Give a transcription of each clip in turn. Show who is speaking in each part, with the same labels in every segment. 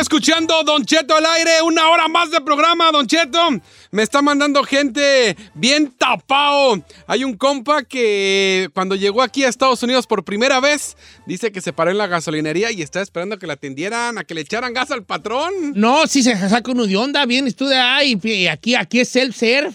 Speaker 1: escuchando Don Cheto al aire. Una hora más de programa, Don Cheto. Me está mandando gente bien tapado. Hay un compa que cuando llegó aquí a Estados Unidos por primera vez, dice que se paró en la gasolinería y está esperando a que la atendieran, a que le echaran gas al patrón.
Speaker 2: No, si se saca uno de onda, vienes tú de ahí y aquí, aquí es self-serve.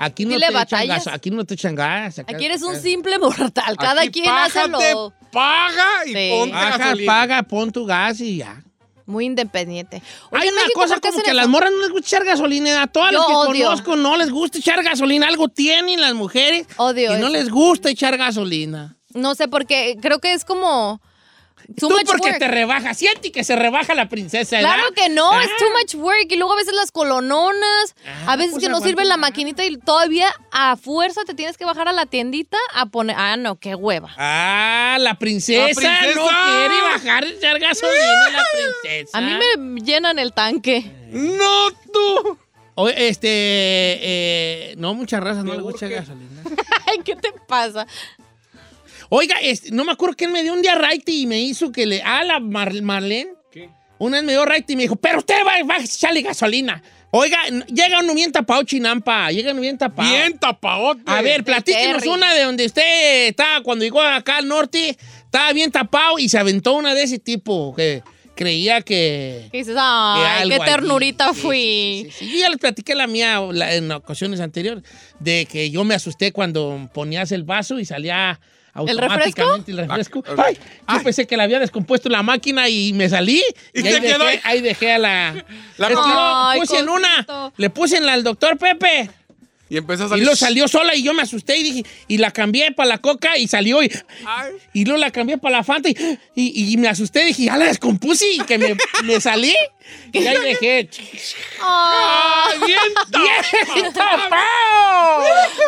Speaker 2: Aquí no,
Speaker 3: Dile
Speaker 2: te echan
Speaker 3: batallas.
Speaker 2: gas, aquí no te echan gas. acá-
Speaker 3: Aquí eres un
Speaker 2: acá-
Speaker 3: simple mortal. Cada
Speaker 1: Aquí
Speaker 3: quien hace
Speaker 1: pájate,
Speaker 3: lo
Speaker 1: paga y
Speaker 3: Sí.
Speaker 1: ponte
Speaker 2: Baja,
Speaker 1: gasolina.
Speaker 2: paga, pon tu gas y ya.
Speaker 3: muy independiente. Oye,
Speaker 2: Hay
Speaker 3: en
Speaker 2: una
Speaker 3: México,
Speaker 2: cosa
Speaker 3: ¿por qué
Speaker 2: como
Speaker 3: hacen
Speaker 2: que a
Speaker 3: eso?
Speaker 2: las morras no les gusta echar gasolina. A todas
Speaker 3: Yo
Speaker 2: las que
Speaker 3: odio.
Speaker 2: conozco no les gusta echar gasolina. Algo tienen las mujeres.
Speaker 3: Odio
Speaker 2: Y no
Speaker 3: eso.
Speaker 2: les gusta echar gasolina.
Speaker 3: No sé por qué. Creo que es como. Too
Speaker 2: Tú
Speaker 3: much
Speaker 2: porque
Speaker 3: work.
Speaker 2: te rebajas. Siente que se rebaja la princesa, ¿verdad?
Speaker 3: Claro que no, es
Speaker 2: Ah.
Speaker 3: too much work. Y luego a veces las colononas,
Speaker 2: Ah,
Speaker 3: a veces
Speaker 2: pues
Speaker 3: que no sirve
Speaker 2: aguanta
Speaker 3: la
Speaker 2: más.
Speaker 3: maquinita y todavía a fuerza te tienes que bajar a la tiendita a poner. Ah, no, qué hueva.
Speaker 2: Ah, la princesa,
Speaker 1: La princesa.
Speaker 2: no quiere bajar de echar gasolina la princesa.
Speaker 3: A mí me llenan el
Speaker 2: Eh.
Speaker 3: tanque.
Speaker 1: No tú.
Speaker 2: O, este, eh, no, muchas razas no
Speaker 1: Me
Speaker 2: le gusta
Speaker 1: urge.
Speaker 2: echar gasolina.
Speaker 3: Ay, ¿qué te pasa?
Speaker 2: Oiga, este, no me acuerdo quién me dio un día right y me hizo que le... Ah, la Mar- Marlene.
Speaker 1: ¿Qué?
Speaker 2: Una vez me dio right y me dijo, pero usted va, va a echarle gasolina. Oiga, n- llega un bien tapado, chinampa. Llega un bien tapado.
Speaker 1: Bien eh, tapaote.
Speaker 2: A ver, platíquenos
Speaker 3: Terry.
Speaker 2: una de donde usted estaba cuando llegó acá al norte, estaba bien tapado y se aventó una de ese tipo que creía que...
Speaker 3: Que dices,
Speaker 2: que
Speaker 3: ay,
Speaker 2: algo
Speaker 3: qué
Speaker 2: allí".
Speaker 3: ternurita
Speaker 2: Sí,
Speaker 3: fui.
Speaker 2: sí, sí, sí, sí. Yo ya les platiqué la mía la- en ocasiones anteriores, de que yo me asusté cuando ponías el vaso y salía automáticamente el refresco.
Speaker 1: Ah,
Speaker 2: Ay, yo pensé que la había descompuesto la máquina y me salí.
Speaker 1: Y
Speaker 2: Y,
Speaker 1: se
Speaker 2: ahí,
Speaker 1: quedó ahí.
Speaker 2: dejé, ahí dejé a la...
Speaker 1: La
Speaker 2: Es que
Speaker 1: co-
Speaker 2: yo
Speaker 3: Ay,
Speaker 2: puse en una,
Speaker 3: cosito.
Speaker 2: le puse en la al doctor Pepe.
Speaker 1: Y empezó a
Speaker 2: Y
Speaker 1: salir.
Speaker 2: lo salió sola y yo me asusté y dije, y la cambié para la coca y salió y,
Speaker 1: Ay.
Speaker 2: y luego la cambié para la Fanta y, y- y me asusté, dije, ya la descompuse y que me, me salí. Y ahí dejé.
Speaker 3: Ay,
Speaker 1: Ay, bien
Speaker 2: ¡Bien tapado!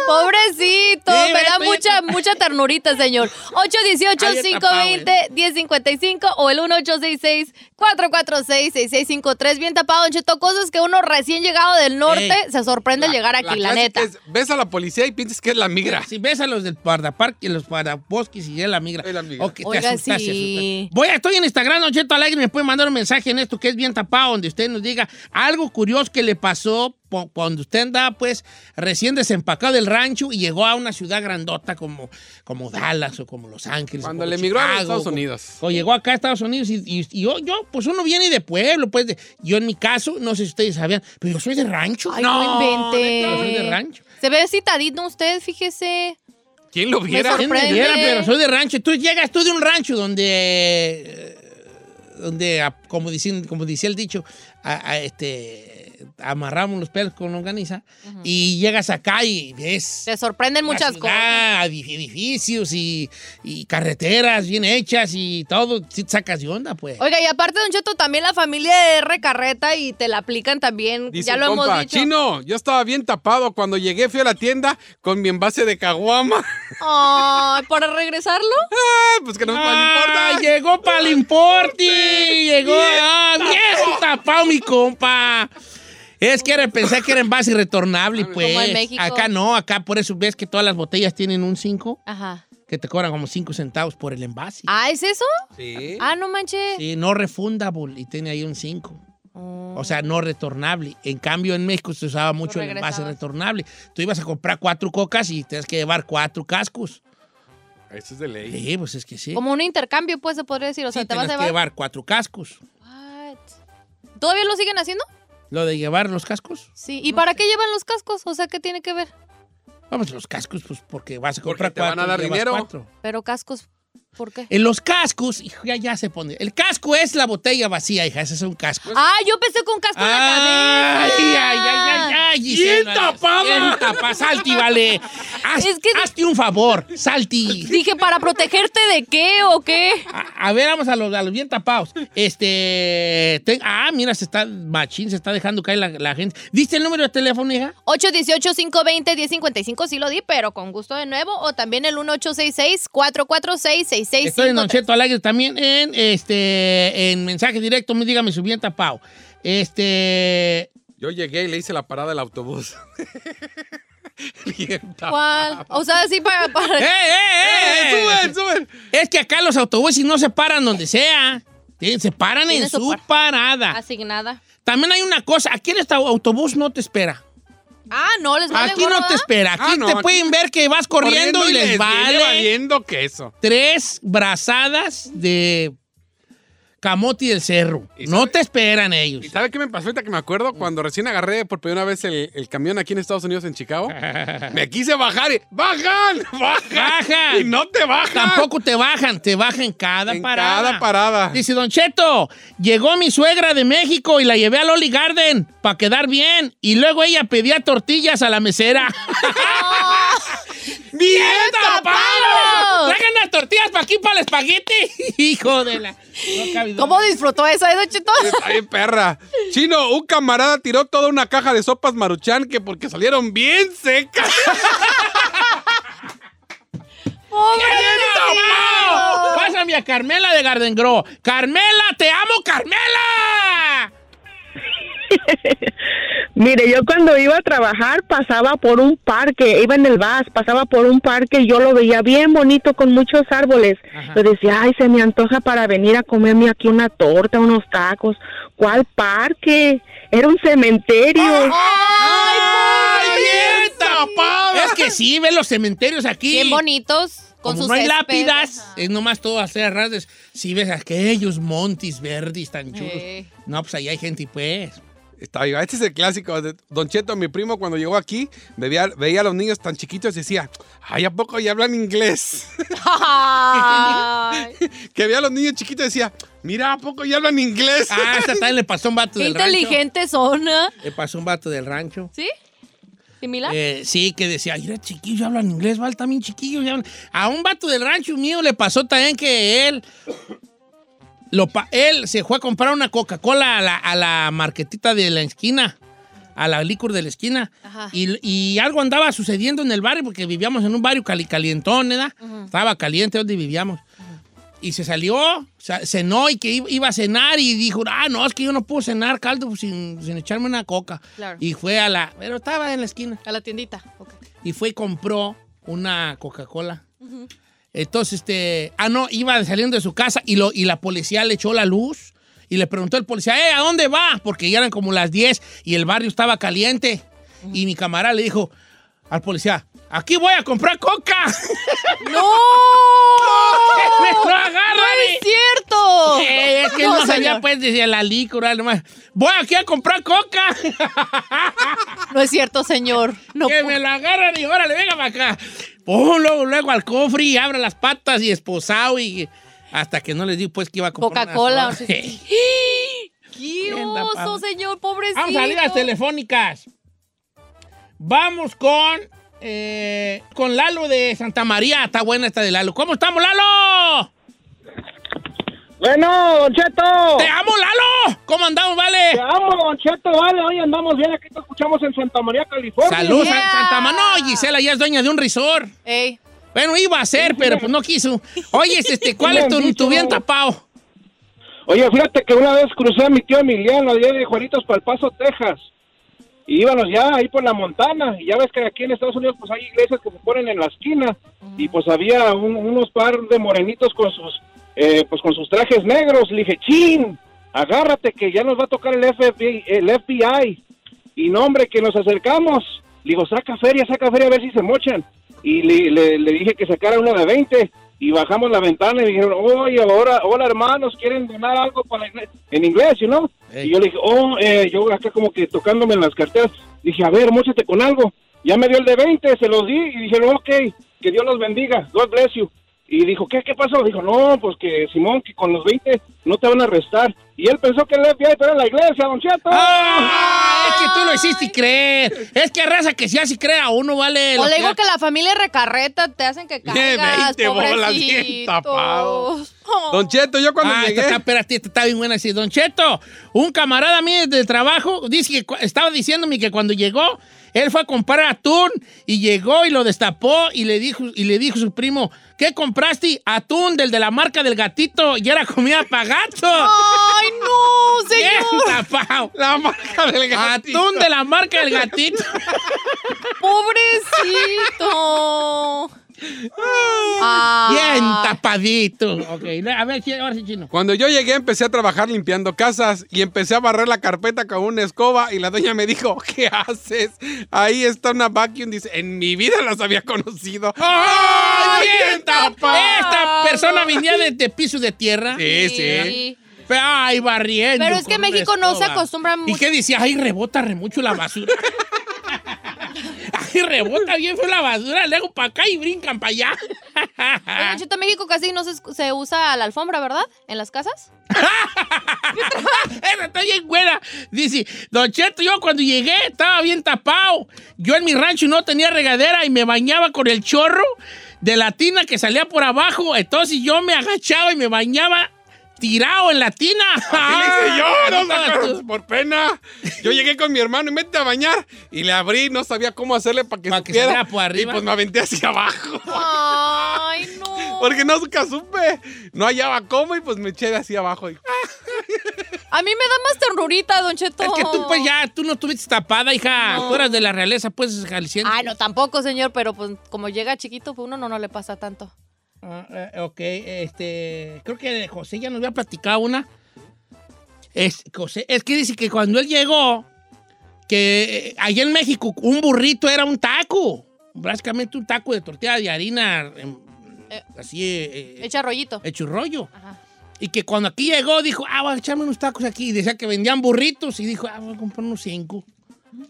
Speaker 3: pobrecito,
Speaker 2: Sí,
Speaker 3: me da
Speaker 2: vete,
Speaker 3: mucha, mucha ternurita, señor.
Speaker 2: Ay, yo tapado, güey.
Speaker 3: 818-520-1055 o el 1866-446-6653. Bien tapado, Don Cheto. Cosas que uno recién llegado del norte
Speaker 2: Ey,
Speaker 3: se sorprende al llegar aquí, la,
Speaker 1: clásica
Speaker 3: neta.
Speaker 1: es, ves a la policía y piensas que es la migra.
Speaker 2: Si ves a los del guardaparque, los guardabosques y ya la migra.
Speaker 1: Es la migra.
Speaker 2: Ok, te
Speaker 3: Oiga,
Speaker 2: asustaste,
Speaker 3: sí.
Speaker 2: asustaste. Voy a, estoy en Instagram, Don Cheto Alegre, me puede mandar un mensaje en esto que es bien tapado, donde usted nos diga algo curioso que le pasó po- cuando usted andaba, pues, recién desempacado del rancho y llegó a una ciudad grandota como, como Dallas o como Los Ángeles. o
Speaker 1: Cuando
Speaker 2: como
Speaker 1: le emigró a los
Speaker 2: Chicago,
Speaker 1: Estados
Speaker 2: como-
Speaker 1: Unidos.
Speaker 2: o llegó acá a Estados Unidos y, y- y yo, yo, pues uno viene de pueblo, pues de- yo en mi caso, no sé si ustedes sabían, pero yo soy de rancho.
Speaker 3: Ay, no, invente.
Speaker 2: neta, yo soy de rancho.
Speaker 3: Se ve citadino usted, fíjese.
Speaker 1: ¿Quién lo viera?
Speaker 3: Me
Speaker 2: ¿Quién me
Speaker 3: sorprende.
Speaker 2: diera? pero soy de rancho. Tú llegas tú de un rancho donde, eh, donde ah, como, dicen, como decía el dicho, a- a este, amarramos los pelos con longaniza y llegas acá y ves
Speaker 3: Se sorprenden
Speaker 2: la
Speaker 3: muchas cosas.
Speaker 2: ciudad, edifi- edificios y, y carreteras bien hechas y todo. Sí te sacas de onda, pues.
Speaker 3: Oiga, y aparte, Don Cheto, también la familia es recarreta y te la aplican también.
Speaker 1: Dice
Speaker 3: ya
Speaker 1: el
Speaker 3: lo hemos
Speaker 1: compa,
Speaker 3: dicho.
Speaker 1: Chino, yo estaba bien tapado. Cuando llegué fui a la tienda con mi envase de caguama.
Speaker 3: Ay, ¿para regresarlo?
Speaker 1: Ay, pues que no me
Speaker 2: Ah,
Speaker 1: importa.
Speaker 2: llegó para el importe. Llegó. Ah, bien tapado, mi compa. Es que era- pensé que era envase retornable, pues.
Speaker 3: Ah, Como en México.
Speaker 2: Acá no, acá por eso ves que todas las botellas tienen un 5,
Speaker 3: Ajá.
Speaker 2: que te cobran como 5 centavos por el envase.
Speaker 3: ¿Ah, es eso?
Speaker 1: Sí.
Speaker 3: Ah, no manches.
Speaker 2: Sí, no refundable y tiene ahí un 5.
Speaker 3: Oh.
Speaker 2: O sea, no retornable. En cambio, en México se usaba mucho el envase
Speaker 3: regresabas.
Speaker 2: retornable. Tú ibas a comprar cuatro cocas y tenías que llevar cuatro cascos.
Speaker 1: Eso es de ley.
Speaker 2: Sí, pues es que sí.
Speaker 3: Como un intercambio, pues, se podría decir. O sea,
Speaker 2: Sí,
Speaker 3: te vas a
Speaker 2: tenías que
Speaker 3: llevar.
Speaker 2: llevar cuatro cascos.
Speaker 3: What? ¿Todavía lo siguen haciendo?
Speaker 2: Lo de llevar los cascos.
Speaker 3: Sí. ¿Y para qué llevan los cascos? O sea, ¿qué tiene que ver?
Speaker 2: Vamos, los cascos, pues porque vas a
Speaker 1: Porque
Speaker 2: comprar
Speaker 1: te van a
Speaker 2: cuatro y
Speaker 1: dar
Speaker 2: llevas
Speaker 1: dinero.
Speaker 2: cuatro.
Speaker 3: Pero cascos, ¿por qué?
Speaker 2: En los cascos, hijo, ya, ya se pone. El casco es la botella vacía, hija, ese es un
Speaker 1: Pues,
Speaker 2: casco.
Speaker 3: Ah, yo pensé con casco en
Speaker 2: Ah.
Speaker 3: la
Speaker 2: Ay, ay,
Speaker 3: cabeza.
Speaker 2: ay, ay, ay,
Speaker 1: ¡Bien
Speaker 2: Gisela,
Speaker 1: tapada!
Speaker 2: ¡Bien tapada! Salti, vale. Haz-
Speaker 3: Es que-
Speaker 2: Hazte un favor, Salti.
Speaker 3: Dije, ¿para protegerte de qué o qué?
Speaker 2: A, a ver, vamos a los, a los bien tapados. Este. te- ah, mira, se está. Machín, se está dejando caer la, la gente. ¿Diste el número de teléfono, hija?
Speaker 3: 818-520-1055, sí lo di, pero con gusto de nuevo. O también el 1866-446-6653.
Speaker 2: Estoy en Cheto Alegre también en este en mensaje directo, me dígame su bien tapado. Este
Speaker 1: Yo llegué y le hice la parada del autobús. bien tapado.
Speaker 3: ¿Cuál? O sea, sí, para. para-
Speaker 2: ¡Eh, eh, eh!
Speaker 1: ¡Eh, suben, suben!
Speaker 2: Es que acá los autobuses no se paran donde sea. Te- Se paran
Speaker 3: Tiene
Speaker 2: en
Speaker 3: su
Speaker 2: su
Speaker 3: par-
Speaker 2: parada.
Speaker 3: Asignada.
Speaker 2: También hay una cosa, aquí en este autobús no te espera.
Speaker 3: Ah, no, les vale
Speaker 2: Aquí no
Speaker 3: gorro,
Speaker 2: te
Speaker 3: ¿ah?
Speaker 2: espera. Aquí
Speaker 1: Ah, no,
Speaker 2: te
Speaker 1: aquí-
Speaker 2: pueden ver que vas corriendo, y les,
Speaker 1: viene
Speaker 2: vale
Speaker 1: valiendo queso.
Speaker 2: tres brazadas de camote y del cerro.
Speaker 1: ¿Y
Speaker 2: No
Speaker 1: sabe-
Speaker 2: te esperan ellos.
Speaker 1: ¿Y sabe qué me pasó ahorita que me acuerdo? Cuando recién agarré por primera vez el, el camión aquí en Estados Unidos, en Chicago, me quise bajar y ¡bajan! ¡Bajan!
Speaker 2: Bajan.
Speaker 1: Y no te bajan.
Speaker 2: Tampoco te bajan, te bajan cada
Speaker 1: En
Speaker 2: parada.
Speaker 1: cada parada.
Speaker 2: Dice Don Cheto, llegó mi suegra de México y la llevé al Oli Garden para quedar bien. Y luego ella pedía tortillas a la mesera.
Speaker 1: ¡Bien
Speaker 3: tapado!
Speaker 2: ¡Traigan las tortillas para aquí, para el espagueti! Hijo de la... No cabe duda.
Speaker 3: ¿Cómo disfrutó eso, eh, Don Cheto?
Speaker 2: Pues
Speaker 1: Está bien, perra. Chino, un camarada tiró toda una caja de sopas maruchan que porque salieron bien secas.
Speaker 3: Pobre
Speaker 2: ¡Tapado!
Speaker 3: niño.
Speaker 2: Pásame a Carmela de Garden Grow. ¡Carmela, te amo, Carmela!
Speaker 4: Mire, yo cuando iba a trabajar pasaba por un parque, iba en el bus, pasaba por un parque y yo lo veía bien bonito con muchos árboles. Yo decía, ay, se me antoja para venir a comerme aquí una torta, unos tacos. ¿Cuál parque? Era un cementerio.
Speaker 5: Ah, oh.
Speaker 2: ¡Ay, bien
Speaker 1: tapada!
Speaker 2: Es que sí, ve los cementerios aquí.
Speaker 3: Bien bonitos. Con
Speaker 2: Como
Speaker 3: sus
Speaker 2: no hay
Speaker 3: césped.
Speaker 2: lápidas,
Speaker 3: Ajá.
Speaker 2: es nomás todo hacer arras. Si ves aquellos montis verdes tan chulos.
Speaker 3: Eh.
Speaker 2: No, pues ahí hay gente, pues.
Speaker 1: Está viva. Este es el clásico. de Don Cheto, mi primo, cuando llegó aquí, bebía- veía a los niños tan chiquitos y decía, ay, ¿a poco ya hablan inglés?
Speaker 3: Ay,
Speaker 1: que veía a los niños chiquitos y decía, mira, ¿a poco ya hablan inglés?
Speaker 2: Ah, esta también le pasó un vato
Speaker 3: Qué
Speaker 2: del rancho.
Speaker 3: inteligente son, ¿ah?
Speaker 2: Le pasó un vato del rancho.
Speaker 3: ¿Sí? ¿Similar?
Speaker 2: Eh, sí, que decía, mira, chiquillos hablan inglés, Val, también chiquillos ya hablan". A un vato del rancho mío le pasó también que él... Lo pa- él se fue a comprar una Coca-Cola a la, a la marquetita de la esquina, a la licor de la esquina.
Speaker 3: Ajá.
Speaker 2: Y, y algo andaba sucediendo en el barrio, porque vivíamos en un barrio cali- calientón, ¿verdad? Estaba caliente donde vivíamos. Y se salió, sa- cenó y que iba- iba a cenar y dijo, ah, no, es que yo no puedo cenar caldo pues, sin, sin echarme una coca.
Speaker 3: Claro.
Speaker 2: Y fue a la... Pero estaba en la esquina
Speaker 3: A la tiendita. Ok.
Speaker 2: y fue y compró una Coca-Cola. Entonces, este, ah, no, iba saliendo de su casa y, lo, y la policía le echó la luz y le preguntó el policía, "Eh, ¿a dónde va? Porque ya eran como las 10 y el barrio estaba caliente. Y mi camarada le dijo al policía, aquí voy a comprar coca.
Speaker 3: ¡No!
Speaker 2: ¡No
Speaker 3: ¡No
Speaker 2: agárrale!
Speaker 3: es cierto!
Speaker 2: Eh, es que no, sabía,
Speaker 3: señor.
Speaker 2: pues, decía la licor, nomás. Voy aquí a comprar coca.
Speaker 3: No es cierto, señor. No pues.
Speaker 2: que
Speaker 3: pu-
Speaker 2: me la agarran y órale, venga para acá. Pum, luego, luego al cofre y abre las patas y esposado y hasta que no les digo pues que iba a comprar una
Speaker 3: Coca-Cola,
Speaker 2: soda.
Speaker 3: o sea, ¡Qué
Speaker 2: Bien
Speaker 3: oso,
Speaker 2: tapado.
Speaker 3: señor! ¡Pobrecito!
Speaker 2: Vamos a salidas telefónicas. Vamos con eh, con Lalo de Santa María. Está buena esta de Lalo. ¿Cómo estamos, Lalo?
Speaker 4: Bueno, Don Cheto.
Speaker 2: ¡Te amo, Lalo! ¿Cómo andamos, vale?
Speaker 4: amo, Don Cheto. Vale, hoy andamos bien. Aquí te escuchamos en Santa María, California.
Speaker 2: Salud,
Speaker 3: Yeah.
Speaker 2: San- Santa María. No, Gisela ya es dueña de un resort.
Speaker 3: Ey,
Speaker 2: Bueno, iba a ser, pero pues no quiso. Oye, este, ¿cuál es tu, tu bien tapado?
Speaker 4: Oye, fíjate que una vez crucé a mi tío Emiliano allá de Juanitos para El Paso, Texas. Y íbamos ya ahí por la montana. Y ya ves que aquí en Estados Unidos pues hay iglesias que se ponen en la esquina. Y pues había un- unos par de morenitos con sus eh, pues con sus trajes negros. Le dije, chin, agárrate que ya nos va a tocar el FBI. El FBI. Y no, hombre, que nos acercamos. Le digo, saca feria, saca feria a ver si se mochan. Y le, le- le dije que sacara una de 20. Y bajamos la ventana y me dijeron, oye, ahora, hola hermanos, ¿quieren donar algo para la iglesia? En inglés, you know?
Speaker 2: Ey.
Speaker 4: Y yo le dije, oh, eh, yo acá como que tocándome en las carteras. Dije, a ver, mochate con algo. Ya me dio el de 20, se los di y dijeron, ok, que Dios los bendiga, God bless you. Y dijo, ¿qué, qué pasó? Dijo, no, pues que Simón, que con los 20 no te van a arrestar. Y él pensó que el FBI era la iglesia, don Cheto.
Speaker 2: ¡Ah! Es que tú lo hiciste y creer. Es que raza que si así crea a uno, vale.
Speaker 3: O
Speaker 2: Lo
Speaker 3: le
Speaker 2: que-
Speaker 3: digo que la familia recarreta te hacen que caigas,
Speaker 1: 20 bolas bien
Speaker 3: pobrecitos.
Speaker 1: tapado.
Speaker 3: Oh.
Speaker 1: Don Cheto, yo cuando
Speaker 2: Ah, esta
Speaker 1: llegué...
Speaker 2: está, espérate, esta está bien buena. Sí, Don Cheto, un camarada mío del trabajo dice que cu- estaba diciéndome que cuando llegó, él fue a comprar atún y llegó y lo destapó y le dijo y le dijo su primo, ¿qué compraste? Atún del de la marca del gatito y era comida para gato.
Speaker 3: ¡Ay, no,
Speaker 2: ¡Bien
Speaker 3: señor!
Speaker 2: tapado!
Speaker 1: La marca del gatito.
Speaker 2: Atún de la marca del gatito.
Speaker 3: ¡Pobrecito! Ah.
Speaker 2: Bien tapadito. Ok, a ver, chi- ahora sí, chino.
Speaker 1: Cuando yo llegué empecé a trabajar limpiando casas y empecé a barrer la carpeta con una escoba y la doña me dijo, ¿qué haces? Ahí está una vacuum, dice, en mi vida las había conocido.
Speaker 2: ¡Ay,
Speaker 1: ¡Ay,
Speaker 2: bien tapado! Esta persona venía de, de piso de tierra.
Speaker 1: Sí, sí.
Speaker 3: Sí.
Speaker 2: Pero, Ay, barriendo.
Speaker 3: Pero es que
Speaker 2: con una
Speaker 3: México no se
Speaker 2: escoba.
Speaker 3: acostumbra
Speaker 2: ¿Y
Speaker 3: mucho.
Speaker 2: qué decía? Ay, rebota re mucho la basura. Ay, rebota bien fue la basura. Luego para acá y brincan para allá.
Speaker 3: En Chito México casi no se, se usa la alfombra, ¿verdad? En las casas.
Speaker 2: Esa está bien güera. Dice, Don Cheto, yo cuando llegué estaba bien tapado. Yo en mi rancho no tenía regadera y me bañaba con el chorro de la tina que salía por abajo. Entonces yo me agachaba y me bañaba tirado en la tina.
Speaker 1: Así le hice yo, no
Speaker 2: Ah,
Speaker 1: me acuerdo, por pena. Yo llegué con mi hermano y me metí a bañar y le abrí, no sabía cómo hacerle para que
Speaker 2: Pa' que
Speaker 1: supiera.
Speaker 2: saliera por arriba.
Speaker 1: Y pues me aventé hacia abajo.
Speaker 3: Ay, no.
Speaker 1: Porque no nunca supe, no hallaba cómo y pues me eché hacia abajo. Y-
Speaker 3: A mí me da más ternurita, Don Cheto.
Speaker 2: Es que tú pues ya, tú no estuviste tapada, hija. Tú eras de la realeza, pues, jalisciense.
Speaker 3: Ay, no, tampoco, señor, pero pues como llega chiquito, pues uno no, no le pasa tanto.
Speaker 2: Ah, eh, ok, este, creo que José ya nos había platicado una. Es, José, es que dice que cuando él llegó, que eh, allá en México un burrito era un taco, básicamente un taco de tortilla de harina, em,
Speaker 3: Eh,
Speaker 2: así, eh, eh,
Speaker 3: Echa rollito.
Speaker 2: hecho rollo.
Speaker 3: Ajá.
Speaker 2: Y que cuando aquí llegó dijo, ah, voy a echarme unos tacos aquí. Y decía que vendían burritos y dijo, ah, voy a comprar unos cinco.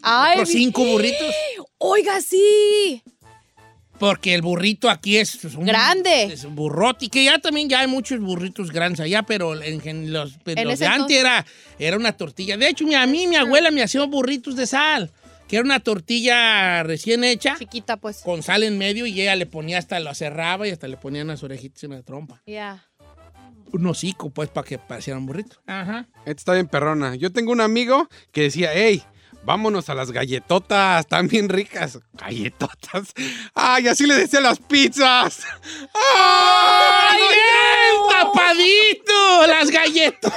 Speaker 3: Ay,
Speaker 2: Por
Speaker 3: vi-
Speaker 2: cinco burritos.
Speaker 3: Oiga, sí.
Speaker 2: Porque el burrito aquí es, es un
Speaker 3: Grande.
Speaker 2: Es un burrote. Que ya también ya hay muchos burritos grandes allá, pero en, gen- los, pero
Speaker 3: En
Speaker 2: los
Speaker 3: ese
Speaker 2: de antes era, era una tortilla. De hecho, mi- a mí mi abuela me hacía burritos de sal, que era una tortilla recién hecha,
Speaker 3: Chiquita, pues.
Speaker 2: con sal en medio, y ella le ponía hasta, lo cerraba y hasta le ponían las orejitas en la trompa.
Speaker 3: Ya.
Speaker 2: Un hocico, pues, para que parecieran burritos. Ajá.
Speaker 1: Esta está bien perrona. Yo tengo un amigo que decía, hey, vámonos a las galletotas, están bien ricas. Galletotas. Ay, así le decía a las pizzas. ¡Ay,
Speaker 2: ¡Ay, bien! ¡Tapadito! ¡Las galletas!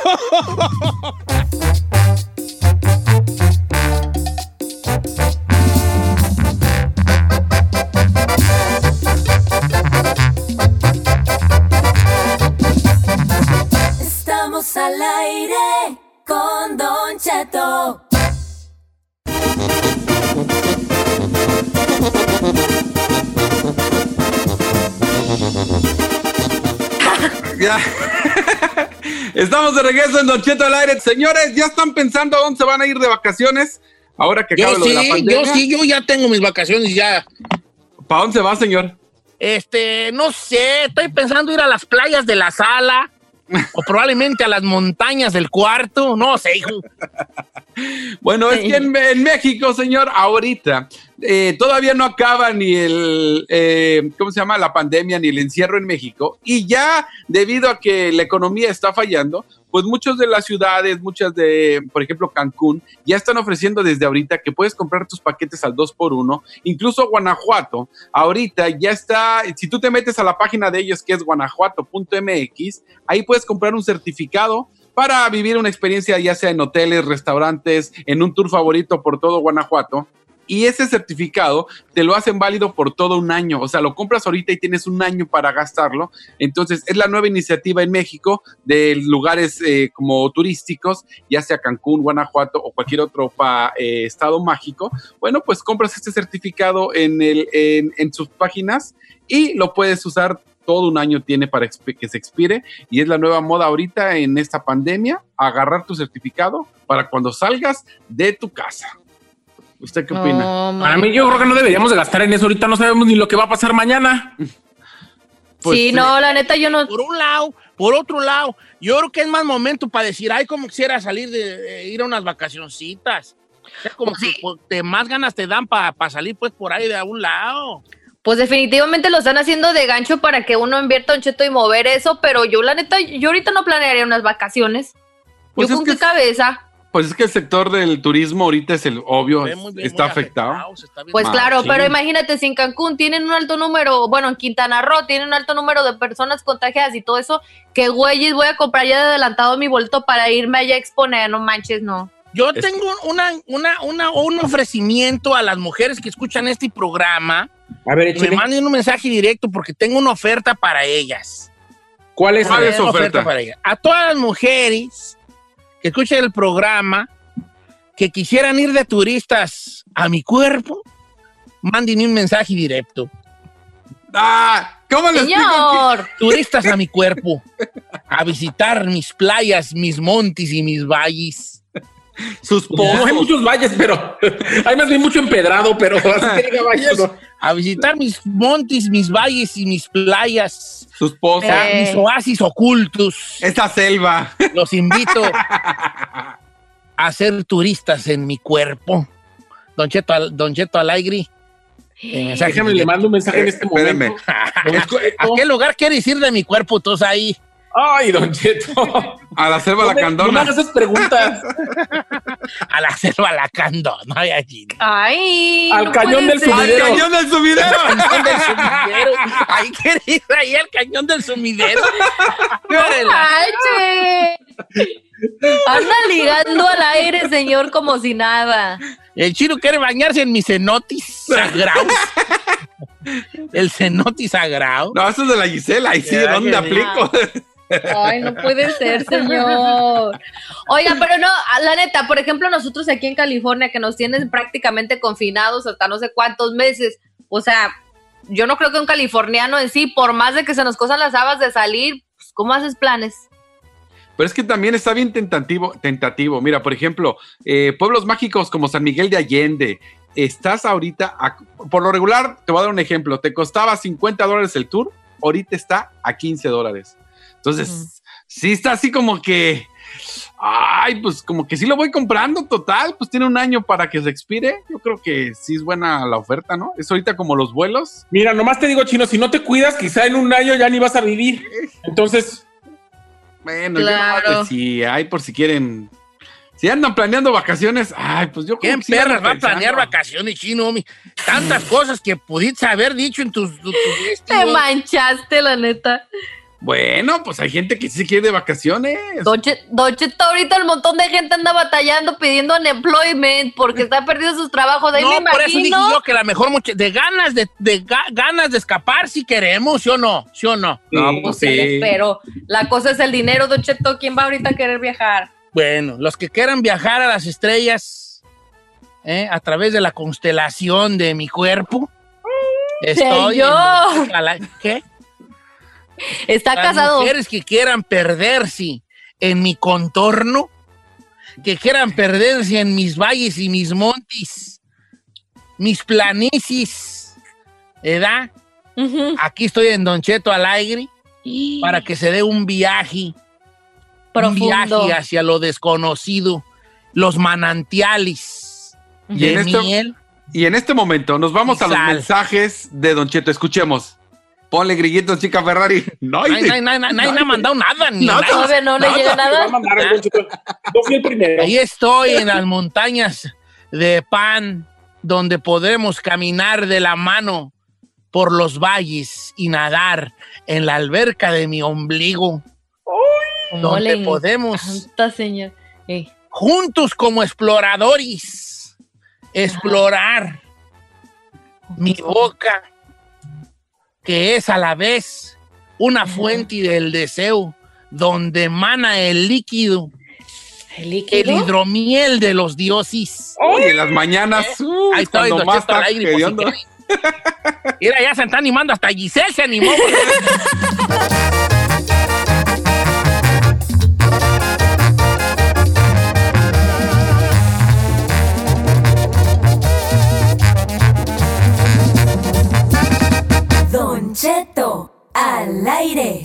Speaker 6: Estamos al aire con Don Cheto.
Speaker 1: Ya. Estamos de regreso en Don Cheto al aire. Señores, ¿ya están pensando a dónde se van a ir de vacaciones? Ahora que
Speaker 2: Yo
Speaker 1: acaba lo de la
Speaker 2: sí, yo
Speaker 1: pandemia.
Speaker 2: sí, yo ya tengo mis vacaciones ya.
Speaker 1: ¿Para dónde se va, señor?
Speaker 2: Este, no sé, estoy pensando ir a las playas de la sala o probablemente a las montañas del cuarto, no sé, hijo.
Speaker 1: Bueno, es que en, en México, señor, ahorita eh, todavía no acaba ni el, eh, ¿cómo se llama? La pandemia ni el encierro en México. Y ya debido a que la economía está fallando, pues muchas de las ciudades, muchas de, por ejemplo, Cancún, ya están ofreciendo desde ahorita que puedes comprar tus paquetes al 2x1. Incluso Guanajuato, ahorita ya está, si tú te metes a la página de ellos que es guanajuato.mx, ahí puedes comprar un certificado para vivir una experiencia ya sea en hoteles, restaurantes, en un tour favorito por todo Guanajuato. Y ese certificado te lo hacen válido por todo un año. O sea, lo compras ahorita y tienes un año para gastarlo. Entonces, es la nueva iniciativa en México de lugares eh, como turísticos, ya sea Cancún, Guanajuato o cualquier otro pa- eh, estado mágico. Bueno, pues compras este certificado en, el, en, en sus páginas y lo puedes usar todo un año tiene para expi- que se expire y es la nueva moda ahorita en esta pandemia, agarrar tu certificado para cuando salgas de tu casa. ¿Usted qué opina?
Speaker 4: Para mí yo creo que no deberíamos de gastar en eso. Ahorita no sabemos ni lo que va a pasar mañana.
Speaker 1: Pues,
Speaker 6: sí,
Speaker 1: sí.
Speaker 6: no, la neta yo no.
Speaker 2: Por un lado, por otro lado, yo creo que es más momento para decir, ay, como quisiera salir de eh, ir a unas vacacioncitas. O sea, como que pues, te más ganas te dan para salir pues por ahí de algún lado.
Speaker 6: Pues definitivamente lo están haciendo de gancho para que uno invierta un cheto y mover eso, pero yo la neta, yo ahorita no planearía unas vacaciones.
Speaker 1: Pues
Speaker 6: yo
Speaker 1: es
Speaker 6: con
Speaker 1: que
Speaker 6: qué
Speaker 1: es-
Speaker 6: cabeza.
Speaker 1: Pues es que el sector del turismo ahorita es el obvio,
Speaker 2: Ve muy bien,
Speaker 1: Pues, está
Speaker 2: muy
Speaker 1: afectado.
Speaker 2: se está bien
Speaker 6: Pues
Speaker 1: Ah,
Speaker 6: claro,
Speaker 1: sí.
Speaker 6: pero imagínate, si en Cancún tienen un alto número, bueno, en Quintana Roo tienen un alto número de personas contagiadas y todo eso, que güeyes voy a comprar ya de adelantado mi boleto para irme allá a exponer, no manches, no.
Speaker 2: Yo
Speaker 1: Es-
Speaker 2: tengo una, una, una, un ofrecimiento a las mujeres que escuchan este programa
Speaker 4: A ver,
Speaker 2: que me
Speaker 4: échale.
Speaker 2: manden un mensaje directo porque tengo una oferta para ellas.
Speaker 4: ¿Cuál es?
Speaker 2: Tengo
Speaker 1: ¿Cuál es su
Speaker 2: una
Speaker 1: oferta?
Speaker 2: para ellas. A todas las mujeres que escuchen el programa, que quisieran ir de turistas a mi cuerpo, manden un mensaje directo.
Speaker 1: Ah, ¿Cómo le explico?
Speaker 6: Señor,
Speaker 2: Turistas a mi cuerpo, a visitar mis playas, mis montes y mis valles.
Speaker 1: que Sus
Speaker 4: No, hay
Speaker 1: pozos.
Speaker 4: muchos valles, pero hay más bien mucho empedrado, pero así que diga valles. no.
Speaker 2: A visitar mis montes, mis valles y mis playas,
Speaker 1: Sus pozos.
Speaker 2: a
Speaker 6: Eh.
Speaker 2: mis oasis ocultos.
Speaker 1: Esa selva.
Speaker 2: Los invito a ser turistas en mi cuerpo. Don Cheto, al- Don Cheto Alegre. eh, mensaje
Speaker 4: Déjame, le mando un mensaje en
Speaker 1: Eh,
Speaker 4: este momento.
Speaker 1: espérame.
Speaker 4: Escu-
Speaker 2: ¿A qué lugar quieres ir de mi cuerpo? Todos ahí.
Speaker 4: Ay, Don Cheto.
Speaker 1: A la selva la
Speaker 4: No me- No me
Speaker 1: candona.
Speaker 4: hagas esas preguntas.
Speaker 2: A la selva lacando. No hay allí.
Speaker 6: ay.
Speaker 4: Al
Speaker 6: no
Speaker 4: cañón
Speaker 6: puede
Speaker 4: del
Speaker 6: ser.
Speaker 1: ¡Al
Speaker 4: sumidero.
Speaker 1: cañón del sumidero!
Speaker 2: Cañón del sumidero. Ahí quieres ir ahí al cañón del sumidero. Órale.
Speaker 6: Ay, che. Anda ligando al aire, señor, como si nada.
Speaker 2: El chino quiere bañarse en mi cenotis sagrado. El cenotis sagrado.
Speaker 1: No, eso es de la Gisela. Ahí sí,
Speaker 2: Ya,
Speaker 1: ¿dónde
Speaker 2: ya,
Speaker 1: aplico?
Speaker 6: Ay, no puede ser, señor. Oiga, pero no, la neta, por ejemplo, nosotros aquí en California, que nos tienen prácticamente confinados hasta no sé cuántos meses, o sea, yo no creo que un californiano en sí, por más de que se nos cosan las habas de salir, pues, ¿cómo haces planes?
Speaker 1: Pero es que también está bien tentativo. tentativo. Mira, por ejemplo, eh, pueblos mágicos como San Miguel de Allende. Estás ahorita, a- por lo regular, te voy a dar un ejemplo. Te costaba 50 dólares el tour, ahorita está a 15 dólares. Entonces, sí está así como que. Ay, pues como que sí lo voy comprando total, pues tiene un año para que se expire. Yo creo que sí es buena la oferta, ¿no? Es ahorita como los vuelos.
Speaker 4: Mira, nomás te digo, chino, si no te cuidas, quizá en un año ya ni vas a vivir. Entonces,
Speaker 1: Bueno, yo nomás
Speaker 6: Claro.
Speaker 1: decía, ay, por si quieren. Si andan planeando vacaciones, ay, pues yo
Speaker 2: ¿Quién
Speaker 1: que sí andan
Speaker 2: perras va a planear
Speaker 1: pensando.
Speaker 2: vacaciones, chino, mi? Tantas cosas que pudiste haber dicho en tus... tu- tu- este,
Speaker 6: Te
Speaker 2: ¿no?
Speaker 6: manchaste, la neta.
Speaker 1: Bueno, pues hay gente que sí se quiere ir de vacaciones.
Speaker 6: Doche, ahorita el montón de gente anda batallando pidiendo unemployment porque está perdiendo sus trabajos. Ahí me
Speaker 2: no, por eso dije
Speaker 6: imagino.
Speaker 2: yo que la mejor... mucha- De ganas de, de ga- ganas de escapar si queremos, ¿sí o no? ¿Sí o no?
Speaker 1: No, pues sí.
Speaker 6: Pero la cosa es el dinero, Don Cheto. ¿Quién va ahorita a querer viajar?
Speaker 2: Bueno, los que quieran viajar a las estrellas ¿eh? a través de la constelación de mi cuerpo... Estoy... en-
Speaker 6: Señor.
Speaker 2: a la- ¿Qué?
Speaker 6: Está
Speaker 2: las
Speaker 6: casado.
Speaker 2: mujeres que quieran perderse en mi contorno, que quieran perderse en mis valles y mis montes, mis planicies, ¿verdad?
Speaker 6: Ujú.
Speaker 2: Aquí estoy en Don Cheto Alegre para que se dé un viaje,
Speaker 6: Profundo.
Speaker 2: un viaje hacia lo desconocido, los manantiales
Speaker 1: Ujú. Y
Speaker 2: de
Speaker 1: en este-
Speaker 2: miel.
Speaker 1: Y en este momento nos vamos a los
Speaker 2: Sal.
Speaker 1: mensajes de Don Cheto. Escuchemos. Ponle grillitos, chica Ferrari. No,
Speaker 2: Ay,
Speaker 1: dice-
Speaker 2: Nadie nadie- nadie me ha mandado nada, ni
Speaker 1: Nada.
Speaker 2: nadie.
Speaker 6: Todavía no le llega
Speaker 4: te va a
Speaker 6: nada.
Speaker 4: mandar algo, chico. Yo fui el primero.
Speaker 2: Ahí estoy en las montañas de pan, donde podremos caminar de la mano por los valles y nadar en la alberca de mi ombligo,
Speaker 6: No
Speaker 2: donde
Speaker 6: le
Speaker 2: podemos
Speaker 6: encanta, señor. Ey.
Speaker 2: juntos como exploradores explorar mi boca, que es a la vez una fuente del deseo, donde emana el líquido,
Speaker 6: ¿El
Speaker 2: el
Speaker 6: líquido?
Speaker 2: hidromiel de los dioses.
Speaker 1: Oye, en las mañanas. uh,
Speaker 2: Ahí está,
Speaker 1: cuando
Speaker 2: Don
Speaker 1: más
Speaker 2: Cheto
Speaker 1: está
Speaker 2: al aire, por si
Speaker 1: hediondo.
Speaker 2: quieren. Mira, ya se está animando, hasta Giselle se animó.
Speaker 7: Don Cheto, al aire.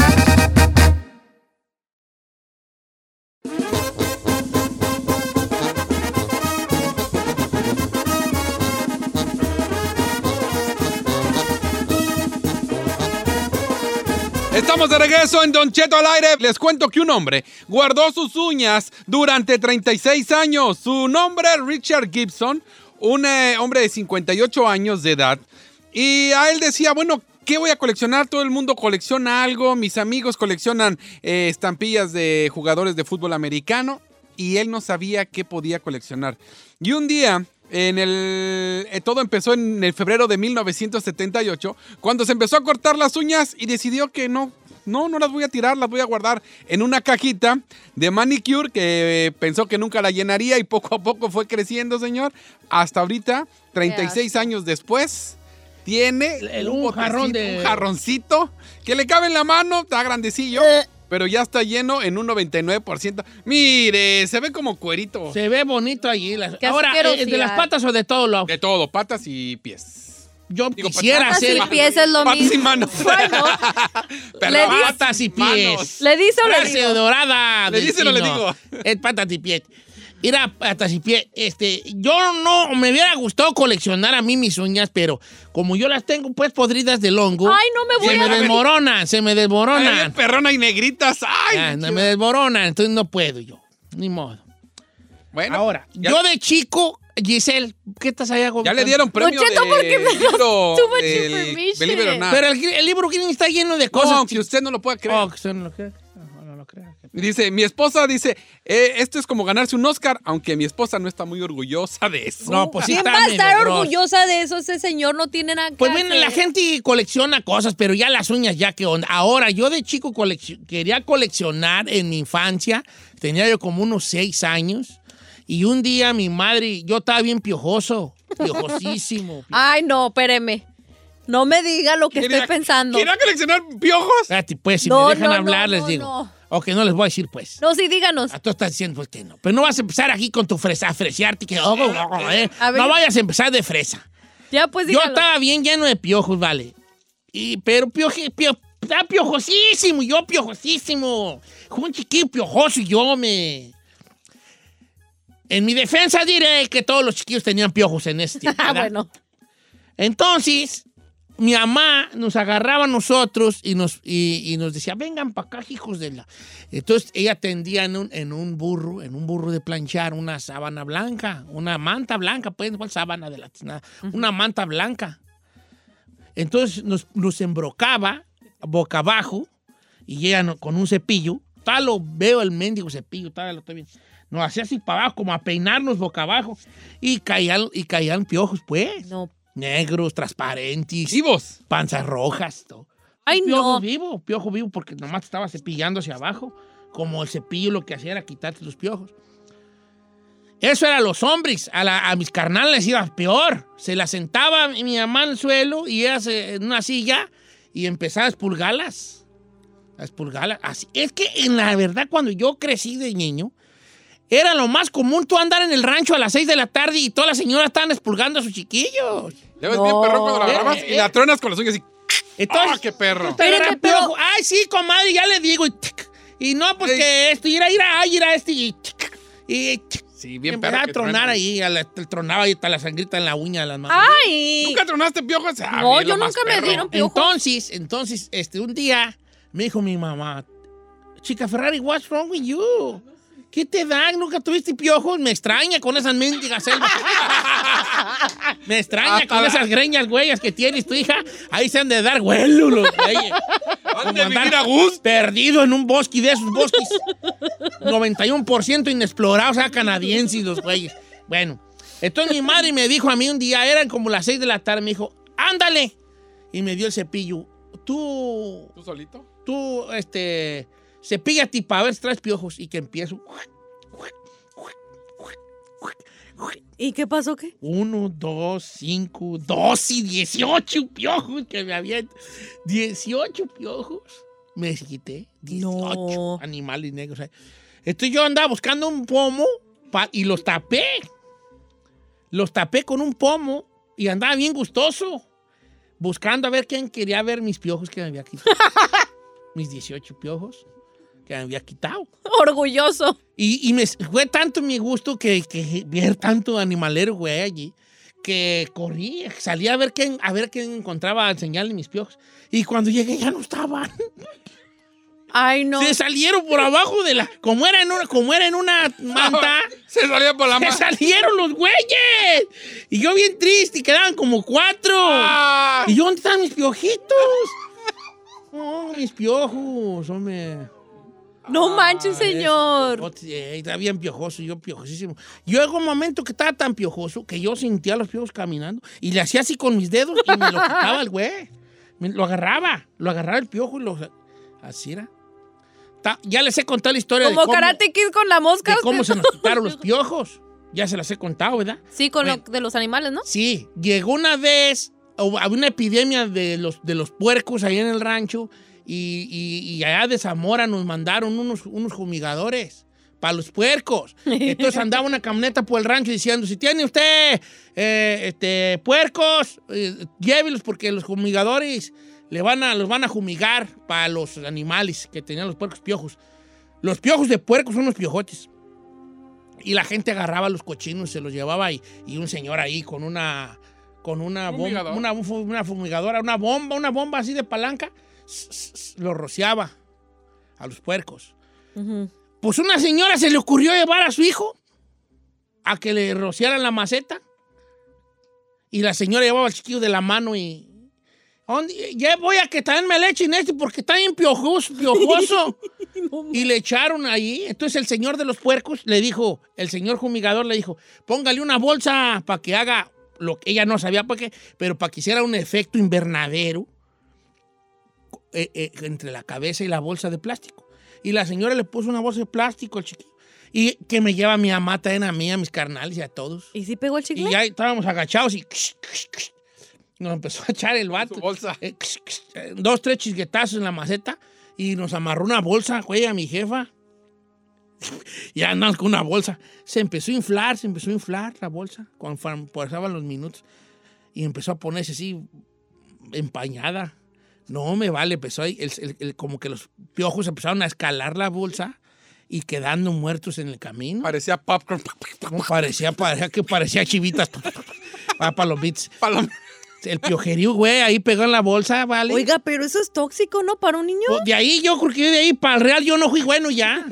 Speaker 1: Estamos de regreso en Don Cheto al aire. Les cuento que un hombre guardó sus uñas durante 36 años. Su nombre es Richard Gibson, un eh, hombre de 58 años de edad. Y a él decía, bueno, ¿qué voy a coleccionar? Todo el mundo colecciona algo. Mis amigos coleccionan eh, estampillas de jugadores de fútbol americano. Y él no sabía qué podía coleccionar. Y un día En el, eh, todo empezó en el febrero de 1978, cuando se empezó a cortar las uñas y decidió que no, no, no las voy a tirar, las voy a guardar en una cajita de manicure que eh, pensó que nunca la llenaría y poco a poco fue creciendo, señor. Hasta ahorita, 36 años después, tiene
Speaker 2: El- un jarrón de-
Speaker 1: un jarroncito que le cabe en la mano, está grandecillo.
Speaker 3: Eh.
Speaker 1: Pero ya está lleno en un 99%. Mire, se ve como cuerito.
Speaker 2: Se ve bonito allí. las-
Speaker 3: Qué
Speaker 2: Ahora,
Speaker 3: asquerosidad.
Speaker 2: eh, ¿de las patas o de todo lo?
Speaker 1: De todo, patas y pies.
Speaker 2: Yo
Speaker 1: Digo, pues,
Speaker 2: quisiera
Speaker 1: patas y
Speaker 2: hacer
Speaker 3: y pies es lo
Speaker 1: patas y
Speaker 3: mismo.
Speaker 1: manos.
Speaker 3: Bueno,
Speaker 1: Pero
Speaker 3: Le dice-
Speaker 2: patas y pies.
Speaker 3: ¿Le dice o le
Speaker 2: Frase
Speaker 3: digo?
Speaker 2: dorada.
Speaker 1: ¿Le
Speaker 2: del
Speaker 1: dice o no le
Speaker 2: chino.
Speaker 1: digo?
Speaker 2: Es patas y pies. Mira, patas y pies. Este, yo no me hubiera gustado coleccionar a mí mis uñas, pero como yo las tengo pues podridas del hongo,
Speaker 3: Ay, no me
Speaker 2: se
Speaker 3: voy
Speaker 2: me
Speaker 3: a...
Speaker 2: desmoronan, se me
Speaker 1: Ay,
Speaker 2: desmoronan.
Speaker 1: perrona y negritas. Ay,
Speaker 2: Ah, no,
Speaker 1: qué-
Speaker 2: me desmoronan, entonces no puedo yo. Ni modo.
Speaker 1: Bueno,
Speaker 2: Ahora,
Speaker 1: ya,
Speaker 2: yo de chico, Giselle, ¿qué estás allá
Speaker 1: ya le dieron premio
Speaker 3: Don Cheto, ¿por
Speaker 1: de
Speaker 3: qué me das
Speaker 1: libro
Speaker 3: too much
Speaker 1: del
Speaker 3: information?
Speaker 1: Believe it or not.
Speaker 2: Pero el, el libro Green está lleno de
Speaker 1: No,
Speaker 2: cosas.
Speaker 1: aunque usted no lo pueda creer.
Speaker 2: Oh, que usted no lo cree. No, no lo cree.
Speaker 1: Dice, mi esposa dice, eh, esto es como ganarse un Oscar, aunque mi esposa no está muy orgullosa de eso.
Speaker 2: No, pues sí
Speaker 3: ¿Quién
Speaker 2: está
Speaker 3: va a
Speaker 2: medio
Speaker 3: estar
Speaker 2: grosso.
Speaker 3: orgullosa de eso? Ese señor no tiene nada que
Speaker 2: Pues bueno,
Speaker 3: hacer.
Speaker 2: la gente colecciona cosas, pero ya las uñas, ya que onda. Ahora, yo de chico colec- quería coleccionar en mi infancia, tenía yo como unos seis años, y un día mi madre, yo estaba bien piojoso, piojosísimo.
Speaker 3: Ay, no, espéreme. No me diga lo que
Speaker 1: Quería-
Speaker 3: estoy pensando.
Speaker 1: ¿Quería coleccionar piojos?
Speaker 2: Espérate, pues, si
Speaker 3: No,
Speaker 2: me dejan
Speaker 3: no, no,
Speaker 2: hablar, les
Speaker 3: no,
Speaker 2: digo.
Speaker 3: no.
Speaker 2: O que no les voy a decir, pues.
Speaker 3: No, sí, díganos.
Speaker 2: A todos están diciendo, pues que no. Pero no vas a empezar aquí con tu fresa, a fresearte, que. oh, oh, oh, eh.
Speaker 3: A ver.
Speaker 2: No vayas a empezar de fresa.
Speaker 3: Ya, pues
Speaker 2: Yo
Speaker 3: díganos.
Speaker 2: estaba bien lleno de piojos, vale. Y, pero pioje, pio, estaba piojosísimo, yo piojosísimo. Un chiquillo piojoso y yo me... En mi defensa diré que todos los chiquillos tenían piojos en este tiempo.
Speaker 3: Ah,
Speaker 2: ¿verdad?
Speaker 3: bueno.
Speaker 2: Entonces, mi mamá nos agarraba a nosotros y nos, y, y nos decía, vengan para acá, hijos de la... Entonces, ella tendía en un, en un burro, en un burro de planchar, una sábana blanca, una manta blanca, pues, ¿cuál sábana de la tiznada? Una manta blanca. Entonces, nos, nos embrocaba boca abajo y ella no- con un cepillo, tal lo veo el mendigo cepillo, tal lo estoy viendo. Nos hacía así para abajo, como a peinarnos boca abajo. Y caían, y caían piojos, pues
Speaker 3: No.
Speaker 2: negros, transparentes,
Speaker 1: Vivos.
Speaker 2: panzas rojas. todo.
Speaker 3: Ay,
Speaker 2: piojo
Speaker 3: no.
Speaker 2: vivo, piojo vivo, porque nomás te estaba cepillando hacia abajo. Como el cepillo lo que hacía era quitarte los piojos. Eso era los hombres. A, la- a mis carnales iba peor. Se la sentaba mi mi mamá en el suelo y ella se- en una silla y empezaba a espulgarlas. A espulgarlas. Así. Es que en la verdad, cuando yo crecí de niño, era lo más común tú andar en el rancho a las 6 de la tarde y todas las señoras estaban espulgando a sus chiquillos.
Speaker 1: Ya ves bien perro cuando la
Speaker 2: Eh,
Speaker 1: grabas y
Speaker 2: eh.
Speaker 1: la truenas con las uñas y...
Speaker 2: Entonces,
Speaker 1: ¡Ah, qué perro!
Speaker 2: te agarran
Speaker 3: Espérame, pero-
Speaker 2: piojo. Ay, sí, comadre, ya le digo. Y, tic. Y no, porque esto, ir a ir a, ay, ir a este, y, tic. y tic.
Speaker 1: Sí,
Speaker 2: Y
Speaker 1: bien perro.
Speaker 2: empezaba a
Speaker 1: que
Speaker 2: tronar
Speaker 1: truenas.
Speaker 2: ahí, a la- te tronaba ahí hasta la sangrita en la uña de las manos.
Speaker 3: Ay.
Speaker 1: ¿Nunca tronaste piojos? Ah,
Speaker 3: Ah, No,
Speaker 1: bien,
Speaker 3: yo
Speaker 1: lo más
Speaker 3: nunca me
Speaker 1: perro.
Speaker 3: dieron piojos.
Speaker 2: Entonces, entonces, este, un día me dijo mi mamá, chica Ferrari, what's wrong with you? ¿Qué te dan? ¿Nunca tuviste piojos? Me extraña con esas mendigas selvas. Me extraña
Speaker 1: Hasta
Speaker 2: con
Speaker 1: la-
Speaker 2: esas greñas huellas que tienes tu hija. Ahí se han de dar huelos los güeyes.
Speaker 1: Han
Speaker 2: Como
Speaker 1: de vivir
Speaker 2: andar
Speaker 1: a gusto.
Speaker 2: Perdido en un bosque de esos bosques. 91% inexplorados, o sea, canadienses los güeyes. Bueno, entonces mi madre me dijo a mí un día, eran como las 6 de la tarde, me dijo, ándale. Y me dio el cepillo. Tú,
Speaker 1: ¿Tú solito?
Speaker 2: tú, este, cepíllate para ver si traes piojos. Y que empiezo.
Speaker 3: ¿Y qué pasó qué?
Speaker 2: 1, 2, 5, 2 y 18 piojos que me habían. 18 piojos. Me quité. 18
Speaker 3: No.
Speaker 2: animales negros. ahí. Entonces yo andaba buscando un pomo pa- y los tapé. Los tapé con un pomo y andaba bien gustoso. Buscando a ver quién quería ver mis piojos que me había quitado. mis 18 piojos que me había quitado.
Speaker 3: Orgulloso.
Speaker 2: Y, y me, fue tanto mi gusto que, que ver tanto animalero, güey, allí, que corrí, salí a ver quién, a ver quién encontraba al señal de mis piojos. Y cuando llegué ya no estaban.
Speaker 3: Ay, no.
Speaker 2: Se salieron por abajo de la. Como era en una, como era en una manta.
Speaker 1: Se salía por la
Speaker 2: ¡Se
Speaker 1: mano.
Speaker 2: salieron los güeyes! Y yo bien triste, y quedaban como cuatro.
Speaker 1: Ah,
Speaker 2: ¿Y yo dónde están mis piojitos? Oh, mis piojos, hombre.
Speaker 3: No manches,
Speaker 2: Ah,
Speaker 3: señor.
Speaker 2: eso. Eh, Está bien piojoso, yo piojosísimo. Yo llegó un momento que estaba tan piojoso que yo sentía los piojos caminando y le hacía así con mis dedos y me lo quitaba el güey. Me- Lo agarraba, lo agarraba el piojo y lo... Así era. Ta- ya les he contado la historia
Speaker 3: Como
Speaker 2: de cómo,
Speaker 3: Karate Kid con la mosca.
Speaker 2: de cómo
Speaker 3: usted-
Speaker 2: se nos quitaron los piojos. Ya se las he contado, ¿verdad?
Speaker 3: Sí, con lo
Speaker 2: Bueno.
Speaker 3: de los animales, ¿no?
Speaker 2: Sí, llegó una vez, hubo- había una epidemia de los, de los puercos ahí en el rancho y, y- y allá de Zamora nos mandaron unos, unos fumigadores para los puercos. Entonces andaba una camioneta por el rancho diciendo, si tiene usted eh, este, puercos, eh, llévelos porque los fumigadores le van a, los van a fumigar para los animales que tenían los puercos piojos. Los piojos de puerco son unos piojotes. Y la gente agarraba los cochinos, se los llevaba y, y un señor ahí con una con una bomba,
Speaker 1: Fumigador.
Speaker 2: una, un fu- una fumigadora, una bomba, una bomba así de palanca, s- s- s- lo rociaba a los puercos.
Speaker 3: Ujú.
Speaker 2: Pues una señora se le ocurrió llevar a su hijo a que le rociaran la maceta. Y la señora llevaba al chiquillo de la mano y... "¿Dónde? Ya voy a que también me le echen este porque está bien piojoso. piojoso". y le echaron ahí. Entonces el señor de los puercos le dijo, el señor fumigador le dijo, póngale una bolsa para que haga lo que ella no sabía para qué, pero para que hiciera un efecto invernadero eh, eh, entre la cabeza y la bolsa de plástico. Y la señora le puso una bolsa de plástico al chiquillo. Y que me lleva mi mamá, también a mí, a mis carnales y a todos.
Speaker 3: ¿Y si pegó el
Speaker 2: Y
Speaker 3: chicle?
Speaker 2: ya estábamos agachados y nos empezó a echar el vato.
Speaker 1: Su bolsa.
Speaker 2: Eh, Dos, tres chisguetazos en la maceta y nos amarró una bolsa, güey, a mi jefa. Y andamos con una bolsa. Se empezó a inflar, se empezó a inflar la bolsa conforme pasaban los minutos. Y empezó a ponerse así empañada. No me vale, empezó ahí, el- el- el- como que los piojos empezaron a escalar la bolsa y quedando muertos en el camino.
Speaker 1: Parecía popcorn.
Speaker 2: Como parecía, parecía que parecía chivitas. Ah, para los beats.
Speaker 1: Palom-
Speaker 2: El piojerío, güey, ahí pegó en la bolsa, ¿vale?
Speaker 3: Oiga, pero eso es tóxico, ¿no? Para un niño.
Speaker 2: Pues de ahí yo creo que yo de ahí para el Real yo no fui bueno ya.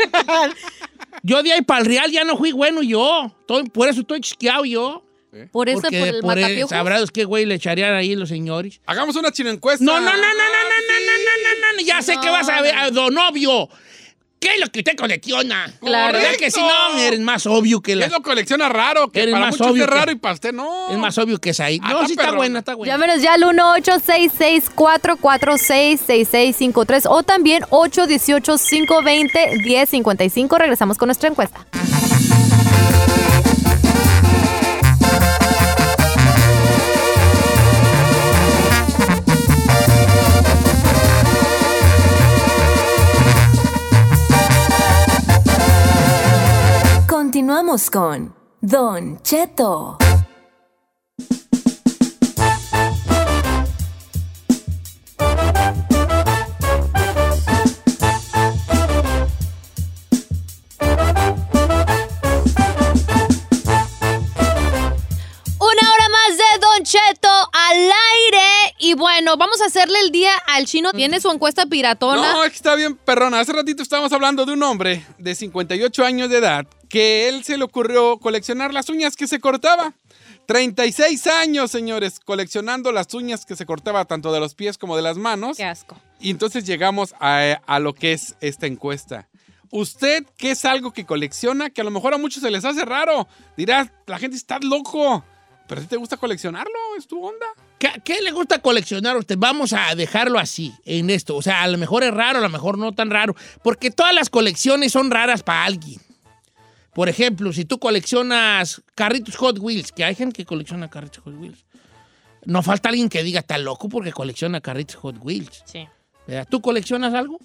Speaker 2: Yo de ahí para el Real ya no fui bueno yo. Estoy- por eso estoy chisqueado yo.
Speaker 3: Por eso, por
Speaker 2: Porque
Speaker 3: el
Speaker 2: por él,
Speaker 3: matapiojos.
Speaker 2: sabrá Dios qué güey le echarían ahí los señores.
Speaker 1: Hagamos una chino encuesta.
Speaker 3: Ah,
Speaker 2: No, no, no, no, no, no, no, no, no, no, no, Ya sé que vas a ver a don obvio. ¿Qué es lo que usted colecciona?
Speaker 3: Claro.
Speaker 2: ¿Verdad que si no? Eres más obvio que la...
Speaker 1: Es lo colecciona raro, que
Speaker 2: Eres
Speaker 1: para
Speaker 2: más
Speaker 1: muchos
Speaker 2: obvio
Speaker 1: es
Speaker 2: que-
Speaker 1: raro y para usted no.
Speaker 2: Es más obvio que es ahí.
Speaker 1: Ah,
Speaker 2: No,
Speaker 1: está
Speaker 2: sí está
Speaker 1: perrón.
Speaker 2: buena, está buena.
Speaker 3: Llámenos ya al 1-866-446-6653 o también 818-520-1055. Regresamos con nuestra encuesta.
Speaker 7: Continuamos con Don Cheto.
Speaker 3: Una hora más de Don Cheto al aire. Y bueno, vamos a hacerle el día al chino. Tiene su encuesta piratona.
Speaker 1: No, es que está bien perrona. Hace ratito estábamos hablando de un hombre de 58 años de edad que él se le ocurrió coleccionar las uñas que se cortaba. 36 años, señores, coleccionando las uñas que se cortaba tanto de los pies como de las manos.
Speaker 3: Qué asco.
Speaker 1: Y entonces llegamos a, a lo que es esta encuesta. ¿Usted qué es algo que colecciona que a lo mejor a muchos se les hace raro? Dirás, la gente está loco. Pero si te gusta coleccionarlo, es tu onda.
Speaker 2: ¿Qué, qué le gusta coleccionar a usted? Vamos a dejarlo así, en esto. O sea, a lo mejor es raro, a lo mejor no tan raro. Porque todas las colecciones son raras para alguien. Por ejemplo, si tú coleccionas carritos Hot Wheels, que hay gente que colecciona carritos Hot Wheels. No falta alguien que diga, está loco porque colecciona carritos Hot Wheels.
Speaker 3: Sí.
Speaker 2: ¿Verdad? ¿Tú coleccionas algo?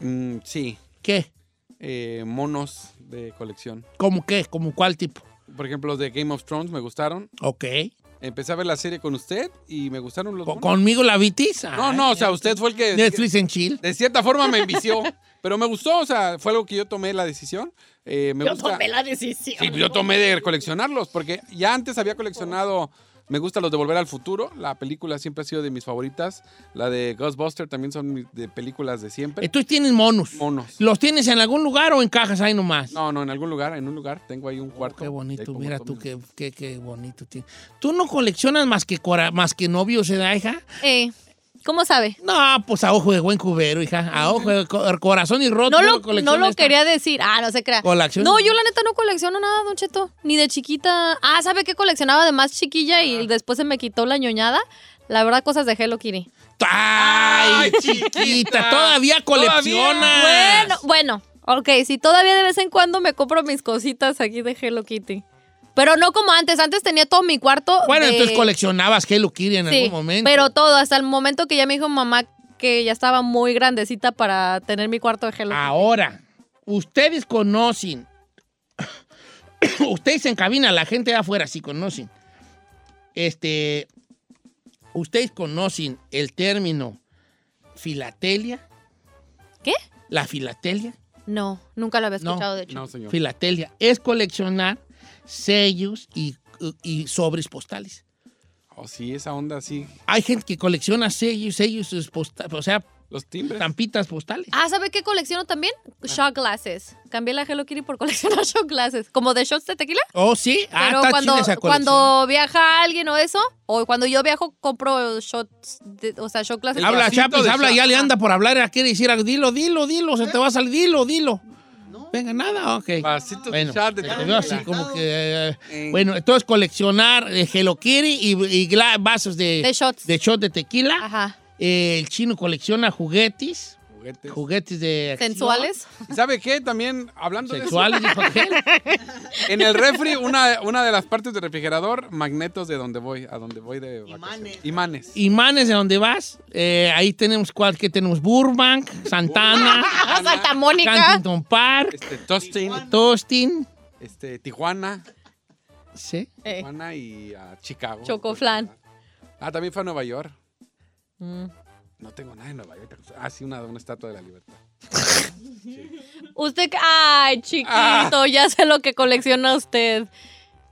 Speaker 1: Mm, sí,
Speaker 2: ¿Qué?
Speaker 1: eh, monos de colección.
Speaker 2: ¿Cómo qué? ¿Cómo cuál tipo?
Speaker 1: Por ejemplo, los de Game of Thrones me gustaron.
Speaker 2: Ok.
Speaker 1: Pues Empecé a ver la serie con usted y me gustaron los.
Speaker 2: Co-
Speaker 1: monos.
Speaker 2: ¿Conmigo la vitis?
Speaker 1: No, no, o sea, usted fue el que.
Speaker 2: Netflix en chill.
Speaker 1: De cierta forma me envició, pero me gustó, o sea, fue algo que yo tomé la decisión. Eh, me gusta-
Speaker 3: la decisión.
Speaker 1: Sí, yo tomé de coleccionarlos, porque ya antes había coleccionado. Me gusta los de Volver al Futuro. La película siempre ha sido de mis favoritas. La de Ghostbuster también son mis- de películas de siempre.
Speaker 2: Entonces tienes monos.
Speaker 1: Monos.
Speaker 2: ¿Los tienes en algún lugar o en cajas ahí nomás?
Speaker 1: No, no, en algún lugar, en un lugar. Tengo ahí un cuarto.
Speaker 2: Oh, Qué
Speaker 1: Ahí
Speaker 2: bonito,
Speaker 1: pongo
Speaker 2: mira
Speaker 1: todo
Speaker 2: tú
Speaker 1: mi-
Speaker 2: qué, qué, qué bonito. tiene. Tú no coleccionas más que, cora- más que novios, ¿eh, ah, hija?
Speaker 3: Eh, ¿Cómo sabe?
Speaker 2: No, pues a ojo de buen cubero, hija. A ojo de co- er, corazón y roto.
Speaker 3: No
Speaker 2: mira,
Speaker 3: lo,
Speaker 2: colecciona
Speaker 3: no lo
Speaker 2: esta.
Speaker 3: quería decir. Ah, no se crea.
Speaker 2: Colecciona.
Speaker 3: No, yo la neta no colecciono nada, Don Cheto. Ni de chiquita. Ah, ¿sabe qué coleccionaba de más chiquilla y después se me quitó la ñoñada? La verdad, cosas de Hello Kitty.
Speaker 1: Ay,
Speaker 2: ¡Ay, chiquita!
Speaker 1: chiquita.
Speaker 2: Todavía colecciona.
Speaker 3: Bueno, bueno. Ok, sí, todavía de vez en cuando me compro mis cositas aquí de Hello Kitty. Pero no como antes. Antes tenía todo mi cuarto.
Speaker 2: Bueno,
Speaker 3: de-
Speaker 2: entonces coleccionabas Hello Kitty en
Speaker 3: Sí,
Speaker 2: algún momento.
Speaker 3: Pero todo, hasta el momento que ya me dijo mamá que ya estaba muy grandecita para tener mi cuarto de Hello
Speaker 2: Ah.
Speaker 3: Kitty.
Speaker 2: Ahora, ustedes conocen, ustedes en cabina, la gente de afuera sí conocen, este, ustedes conocen el término filatelia.
Speaker 3: ¿Qué?
Speaker 2: La filatelia.
Speaker 3: No, nunca lo había
Speaker 2: No,
Speaker 3: escuchado, de hecho.
Speaker 1: No, señor.
Speaker 2: Filatelia es coleccionar sellos y, y sobres postales.
Speaker 1: Oh, sí, esa onda, sí.
Speaker 2: Hay gente que colecciona sellos, sellos, sus posta- o sea,
Speaker 1: Los timbres.
Speaker 2: estampitas postales.
Speaker 3: Ah, ¿sabe qué colecciono también?
Speaker 2: Ah.
Speaker 3: Shot glasses. Cambié la Hello Kitty por coleccionar shot glasses. Como de shots de tequila.
Speaker 2: Oh, sí. Ah,
Speaker 3: Pero
Speaker 2: está
Speaker 3: cuando,
Speaker 2: chida esa colección.
Speaker 3: cuando viaja alguien o eso, o cuando yo viajo, compro shots, de- o sea, shot glasses.
Speaker 1: El
Speaker 2: Habla
Speaker 1: vasito
Speaker 2: Chapis,
Speaker 1: de
Speaker 2: habla,
Speaker 1: Chapis.
Speaker 2: ya le anda por hablar, ya quiere decir algo. Dilo, dilo, dilo, se te va a salir, dilo, dilo. Venga, nada, ok.
Speaker 1: Vasitos de
Speaker 2: Bueno,
Speaker 1: chat de
Speaker 2: te
Speaker 1: tequila.
Speaker 2: veo así como que... eh,
Speaker 1: Eh.
Speaker 2: Bueno, entonces coleccionar eh, Hello Kitty y, y gla- vasos de,
Speaker 3: De shots.
Speaker 2: de shot de tequila.
Speaker 3: Ajá.
Speaker 2: Eh, el chino colecciona juguetes,
Speaker 1: Juguetes.
Speaker 2: juguetes de... acción,
Speaker 3: Sensuales.
Speaker 1: ¿Y ¿Sabe qué? También, hablando de eso,
Speaker 2: Sexuales, dijo aquel.
Speaker 1: en el refri, una, una de las partes del refrigerador, magnetos de donde voy, a donde voy de vacaciones. Imanes.
Speaker 2: Imanes de donde vas. Eh, ahí tenemos cuál que tenemos Burbank, Santana,
Speaker 3: Ah, Santa Mónica.
Speaker 2: Huntington Park,
Speaker 1: Este, Tostin,
Speaker 2: Tostin.
Speaker 1: este, Tijuana,
Speaker 2: ¿Sí?
Speaker 3: Eh,
Speaker 1: Tijuana y a Chicago.
Speaker 3: Chocoflan. Mm.
Speaker 1: Ah, también fue a Nueva York. No tengo nada en Nueva York. Ah, sí, una, una estatua de la libertad.
Speaker 3: Usted, ay, chiquito,
Speaker 2: Ah.
Speaker 3: ya sé lo que colecciona usted.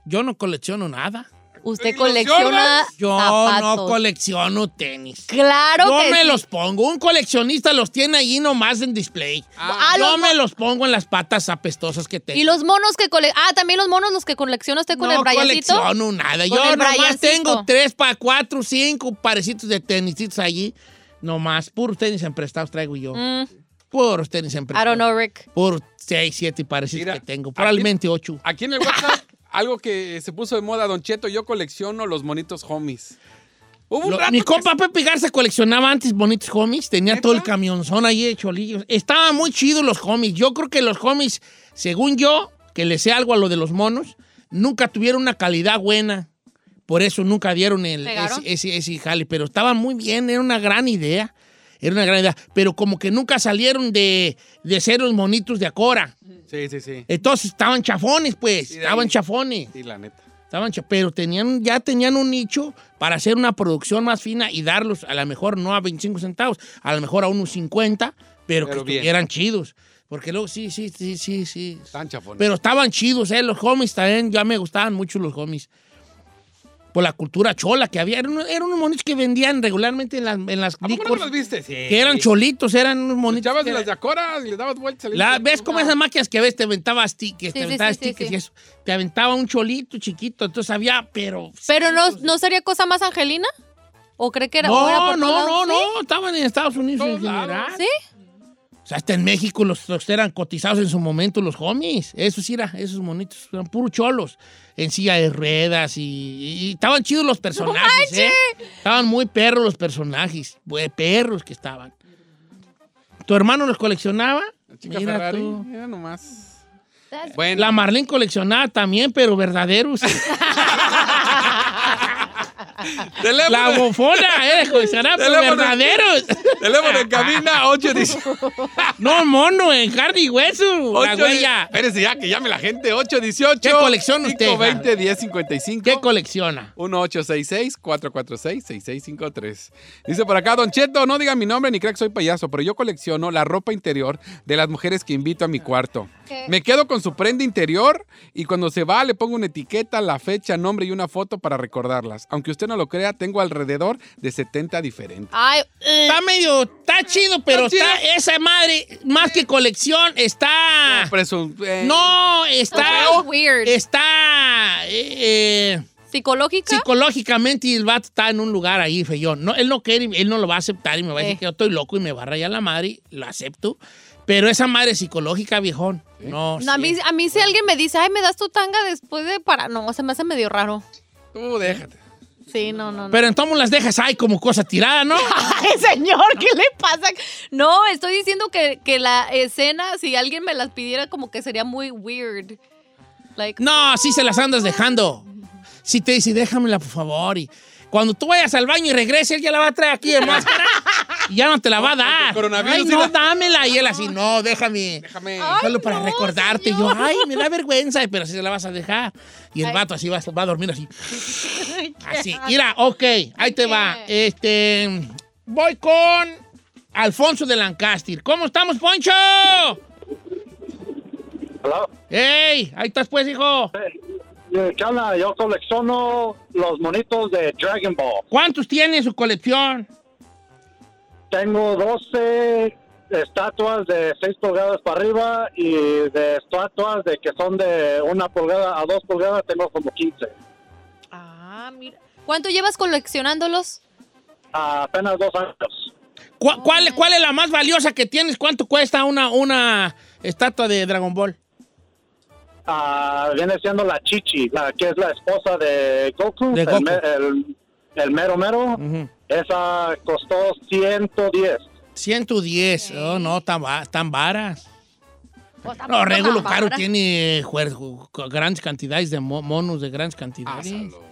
Speaker 2: Yo no colecciono nada.
Speaker 3: Usted colecciona
Speaker 2: Yo
Speaker 3: zapatos.
Speaker 2: no colecciono tenis.
Speaker 3: claro
Speaker 2: yo
Speaker 3: que
Speaker 2: me
Speaker 3: sí.
Speaker 2: los pongo. Un coleccionista los tiene allí nomás en display.
Speaker 3: Ah,
Speaker 2: yo
Speaker 3: los mo-
Speaker 2: me los pongo en las patas apestosas que tengo.
Speaker 3: Y los monos que cole... Ah, también los monos los que colecciona usted con
Speaker 2: no
Speaker 3: el brayacito.
Speaker 2: colecciono nada.
Speaker 3: Con
Speaker 2: Yo
Speaker 3: el
Speaker 2: nomás
Speaker 3: brayancito.
Speaker 2: tengo tres, para cuatro, cinco parecitos de tenisitos allí. Nomás. Puros tenis emprestados traigo yo.
Speaker 3: Mm,
Speaker 2: Puros tenis
Speaker 3: I don't
Speaker 2: emprestados.
Speaker 3: know, Rick.
Speaker 2: Por seis, siete parecitos
Speaker 1: Mira,
Speaker 2: que tengo.
Speaker 1: aquí-
Speaker 2: Probablemente ocho.
Speaker 1: Aquí en el WhatsApp, algo que se puso de moda, Don Cheto, yo colecciono los monitos homies. Hubo un
Speaker 2: Lo-
Speaker 1: rato
Speaker 2: mi
Speaker 1: que-
Speaker 2: compa Pepe Garza coleccionaba antes bonitos homies. Tenía todo el
Speaker 1: ¿Neta?
Speaker 2: camionzón ahí de cholillos. Estaban muy chidos los homies. Yo creo que los homies, según yo, que le sé algo a lo de los monos, nunca tuvieron una calidad buena. Por eso nunca dieron el,
Speaker 3: ¿Pegaron?
Speaker 2: ese, ese, ese jale. Pero estaban muy bien, era una gran idea. Era una gran idea. Pero como que nunca salieron de, de ser los monitos de Acora.
Speaker 1: Sí, sí, sí.
Speaker 2: Entonces estaban chafones, pues.
Speaker 1: Sí, de ahí.
Speaker 2: Estaban chafones.
Speaker 1: Sí, la neta.
Speaker 2: Estaban cha- pero tenían, ya tenían un nicho para hacer una producción más fina y darlos a lo mejor no a 25 centavos, a lo mejor a unos 50, pero,
Speaker 1: Pero
Speaker 2: que
Speaker 1: bien.
Speaker 2: estuvieran chidos. Porque luego sí, sí, sí, sí, sí.
Speaker 1: Están chafones.
Speaker 2: Pero estaban chidos, ¿eh? Los homies también, ya me gustaban mucho los homies. Por la cultura chola que había. Eran, unos- eran unos monitos que vendían regularmente en las, en las
Speaker 1: ¿A poco no
Speaker 2: licors,
Speaker 1: los viste? Sí.
Speaker 2: que eran cholitos, eran unos monitos.
Speaker 1: Echabas
Speaker 2: que
Speaker 1: las de
Speaker 2: eran-
Speaker 1: acoras y le dabas vueltas.
Speaker 2: la- ¿Ves cómo esas máquinas que ves? Te aventabas tickets,
Speaker 3: Sí,
Speaker 2: te
Speaker 3: sí,
Speaker 2: aventabas
Speaker 3: sí, sí,
Speaker 2: tickets
Speaker 3: sí.
Speaker 2: y eso. Te aventaba un cholito chiquito, entonces había, pero.
Speaker 3: Pero no, ¿no sería cosa más angelina? ¿O cree que era o
Speaker 2: pues, No,
Speaker 3: era por
Speaker 2: no,
Speaker 3: todos
Speaker 2: no,
Speaker 3: lados?
Speaker 2: no, estaban en Estados Unidos
Speaker 1: Todos
Speaker 2: en
Speaker 1: lados.
Speaker 2: general.
Speaker 3: ¿Sí? ¿Sí?
Speaker 2: O sea, hasta en México los, los eran cotizados en su momento los homies. Esos sí era, esos monitos eran puros cholos. En silla de ruedas y, y- y estaban chidos los personajes, ¿eh? Estaban muy perros los personajes, güey, perros que estaban. ¿Tu hermano los coleccionaba?
Speaker 1: La chica
Speaker 2: Mira
Speaker 1: Ferrari.
Speaker 2: tú.
Speaker 1: Era nomás.
Speaker 3: That's-
Speaker 1: Bueno.
Speaker 2: La Marlene coleccionaba también, pero verdaderos.
Speaker 1: teléfono,
Speaker 2: La bofona, ¿eh? Coleccionaba, pero
Speaker 1: Teléfono.
Speaker 2: verdaderos.
Speaker 1: teléfono en cabina, 8
Speaker 2: No, mono, en carne y hueso. La huella.
Speaker 1: Espérese ya, que llame la gente. 818.
Speaker 2: ¿Qué colección usted?
Speaker 1: 520 1055.
Speaker 2: ¿Qué colecciona?
Speaker 1: 1-866-446-6653. Dice por acá, Don Cheto, no diga mi nombre ni crea que soy payaso, pero yo colecciono la ropa interior de las mujeres que invito a mi cuarto.
Speaker 3: ¿Qué?
Speaker 1: Me quedo con su prenda interior y cuando se va le pongo una etiqueta, la fecha, nombre y una foto para recordarlas. Aunque usted no lo crea, tengo alrededor de 70 diferentes.
Speaker 3: Ay, eh,
Speaker 2: Está medio, está chido, pero
Speaker 1: Está
Speaker 2: está, esa madre, más que colección, está.
Speaker 1: Presu- eh,
Speaker 2: No, está.
Speaker 3: Está weird.
Speaker 2: Está. eh, eh,
Speaker 3: ¿Psicológica?
Speaker 2: Psicológicamente y el vato está en un lugar ahí, feyón. No, él no quiere, y él no lo va a aceptar y me va a decir
Speaker 3: Eh.
Speaker 2: que yo estoy loco y me va a rayar la madre, y lo acepto. Pero esa madre psicológica, viejón. No,
Speaker 3: No, a,
Speaker 2: sí.
Speaker 3: mí, a mí si alguien me dice, ay, me das tu tanga después de para... No, se me hace medio raro.
Speaker 1: Tú déjate.
Speaker 3: Sí, no, no, no.
Speaker 2: Pero entonces las dejas ahí como cosa tirada, ¿no?
Speaker 3: Ay, señor, ¿qué le pasa? No, estoy diciendo que, que la escena, si alguien me las pidiera, como que sería muy weird. Like,
Speaker 2: No, sí se las andas dejando. Si te dice, déjamela, por favor. Y cuando tú vayas al baño y regreses, él ya la va a traer aquí en máscara. y ya no te la va a dar.
Speaker 1: coronavirus
Speaker 2: Ay,
Speaker 1: y
Speaker 2: no,
Speaker 1: la-
Speaker 2: dámela. Y él así, no, déjame.
Speaker 1: Déjame.
Speaker 2: Solo para recordarte. Y Yo, ay, me da vergüenza, pero si se la vas a dejar. Y el
Speaker 3: Ay.
Speaker 2: vato así va, va a dormir así. así. Mira, ok, ahí te va. Este. Voy con Alfonso de Lancaster. ¿Cómo estamos, Poncho? ¡Ey! Ahí estás, pues, hijo.
Speaker 8: ¿Qué onda? Yo colecciono los monitos de Dragon Ball.
Speaker 2: ¿Cuántos tiene su colección?
Speaker 8: Tengo 12 estatuas de 6 pulgadas para arriba y de estatuas de que son de 1 pulgada a 2 pulgadas tengo como 15.
Speaker 3: Ah, mira. ¿Cuánto llevas coleccionándolos?
Speaker 8: apenas dos años.
Speaker 2: ¿Cu- cuál, cuál es la más valiosa que tienes? ¿Cuánto cuesta una, una estatua de Dragon Ball?
Speaker 8: Ah, viene siendo la Chichi, la que es la esposa de Goku,
Speaker 2: De
Speaker 8: el
Speaker 2: Goku.
Speaker 8: me- El, el mero mero. Esa costó 110.
Speaker 2: 110. Oh, no, tan, va- tan varas.
Speaker 3: Pues, tampoco
Speaker 2: No, Regulo
Speaker 3: tan
Speaker 2: Caro
Speaker 3: bárbara.
Speaker 2: tiene juer- ju- cu- grandes cantidades de mo- monos de grandes cantidades.
Speaker 1: Pásalo.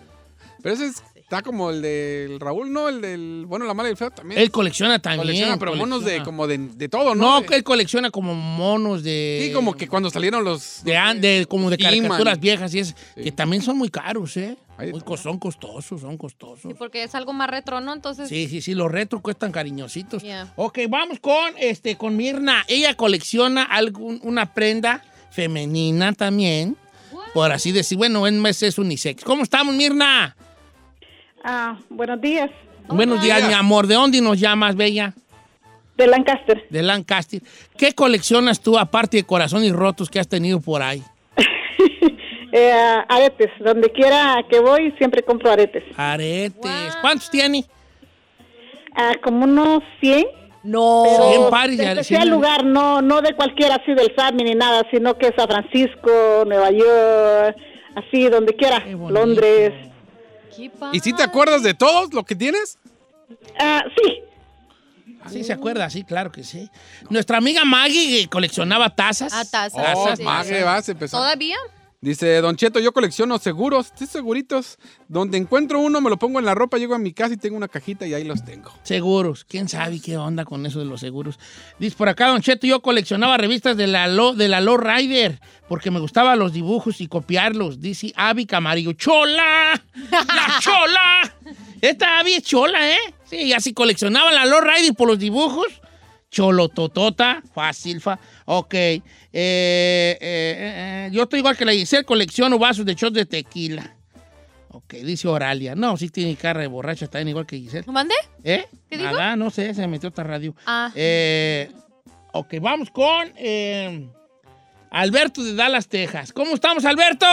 Speaker 1: Pero ese es- está como el del Raúl, ¿no? El del bueno, la mala y el feo también.
Speaker 2: Él colecciona también.
Speaker 1: colecciona, pero monos de
Speaker 2: colecciona.
Speaker 1: como de, de todo, ¿no?
Speaker 2: No, él colecciona como monos de...
Speaker 1: Sí, como que cuando salieron los...
Speaker 2: Eh, De, an- de- como de
Speaker 1: He-Man.
Speaker 2: caricaturas viejas y es
Speaker 1: Sí.
Speaker 2: que también son muy caros, ¿eh?
Speaker 1: Hay de
Speaker 2: Muy
Speaker 1: todo.
Speaker 2: cos- son costosos, son costosos.
Speaker 3: Sí, porque es algo más retro, ¿no? Entonces,
Speaker 2: Sí, sí, sí, los retros cuestan cariñositos.
Speaker 3: Yeah.
Speaker 2: Ok, vamos con, este, con Mirna. Ella colecciona algún, una prenda femenina también, por así decir. Bueno, en mes es unisex. ¿Cómo estamos, Mirna?
Speaker 5: Ah, buenos días.
Speaker 2: Buenos días, mi amor. ¿De dónde nos llamas, Bella?
Speaker 5: De Lancaster.
Speaker 2: De Lancaster. ¿Qué coleccionas tú, aparte de corazones rotos que has tenido por ahí?
Speaker 5: Eh, aretes. Donde quiera que voy, siempre compro aretes.
Speaker 2: Aretes. ¿Cuántos tiene?
Speaker 5: Ah, como unos 100.
Speaker 2: Sí, en
Speaker 5: Pero
Speaker 2: París,
Speaker 5: de
Speaker 2: ya-
Speaker 5: especial
Speaker 2: sí, ya-
Speaker 5: lugar, no no de cualquiera así del SAMI ni nada, sino que San Francisco, Nueva York, así, donde quiera,
Speaker 2: Qué bonito.
Speaker 5: Londres.
Speaker 3: qué padre.
Speaker 1: ¿Y si te acuerdas de todos lo que tienes?
Speaker 5: Ah, sí,
Speaker 2: Ah, Sí, se acuerda, sí, claro que sí. Nuestra amiga Maggie eh, coleccionaba tazas.
Speaker 3: Ah, tazas,
Speaker 1: Oh,
Speaker 3: sí.
Speaker 1: mague, vas a empezar.
Speaker 3: ¿Todavía?
Speaker 1: Dice, Don Cheto, yo colecciono seguros, sí, seguritos. Donde encuentro uno, me lo pongo en la ropa, llego a mi casa y tengo una cajita y ahí los tengo.
Speaker 2: Seguros, quién sabe qué onda con eso de los seguros. Dice por acá, Don Cheto, yo coleccionaba revistas de la Lo, de la Lo Rider, porque me gustaban los dibujos y copiarlos. Dice Abby Camarillo, ¡Chola! ¡La Chola! Esta Abby es chola, ¿eh? Sí, y así coleccionaba la Lo Rider por los dibujos. Cholototota, fácil, fa. Ok. Eh, eh, eh, eh, yo estoy igual que la Giselle, colecciono vasos de shots de tequila. Ok, dice Oralia. No, sí tiene cara de borracha, está igual que Giselle.
Speaker 3: ¿Lo mandé?
Speaker 2: ¿Eh?
Speaker 3: ¿Qué dijo?
Speaker 2: Nada, no sé, se metió otra radio.
Speaker 3: Ah.
Speaker 2: Eh, ok, vamos con eh, Alberto de Dallas, Texas. ¿Cómo estamos, Alberto?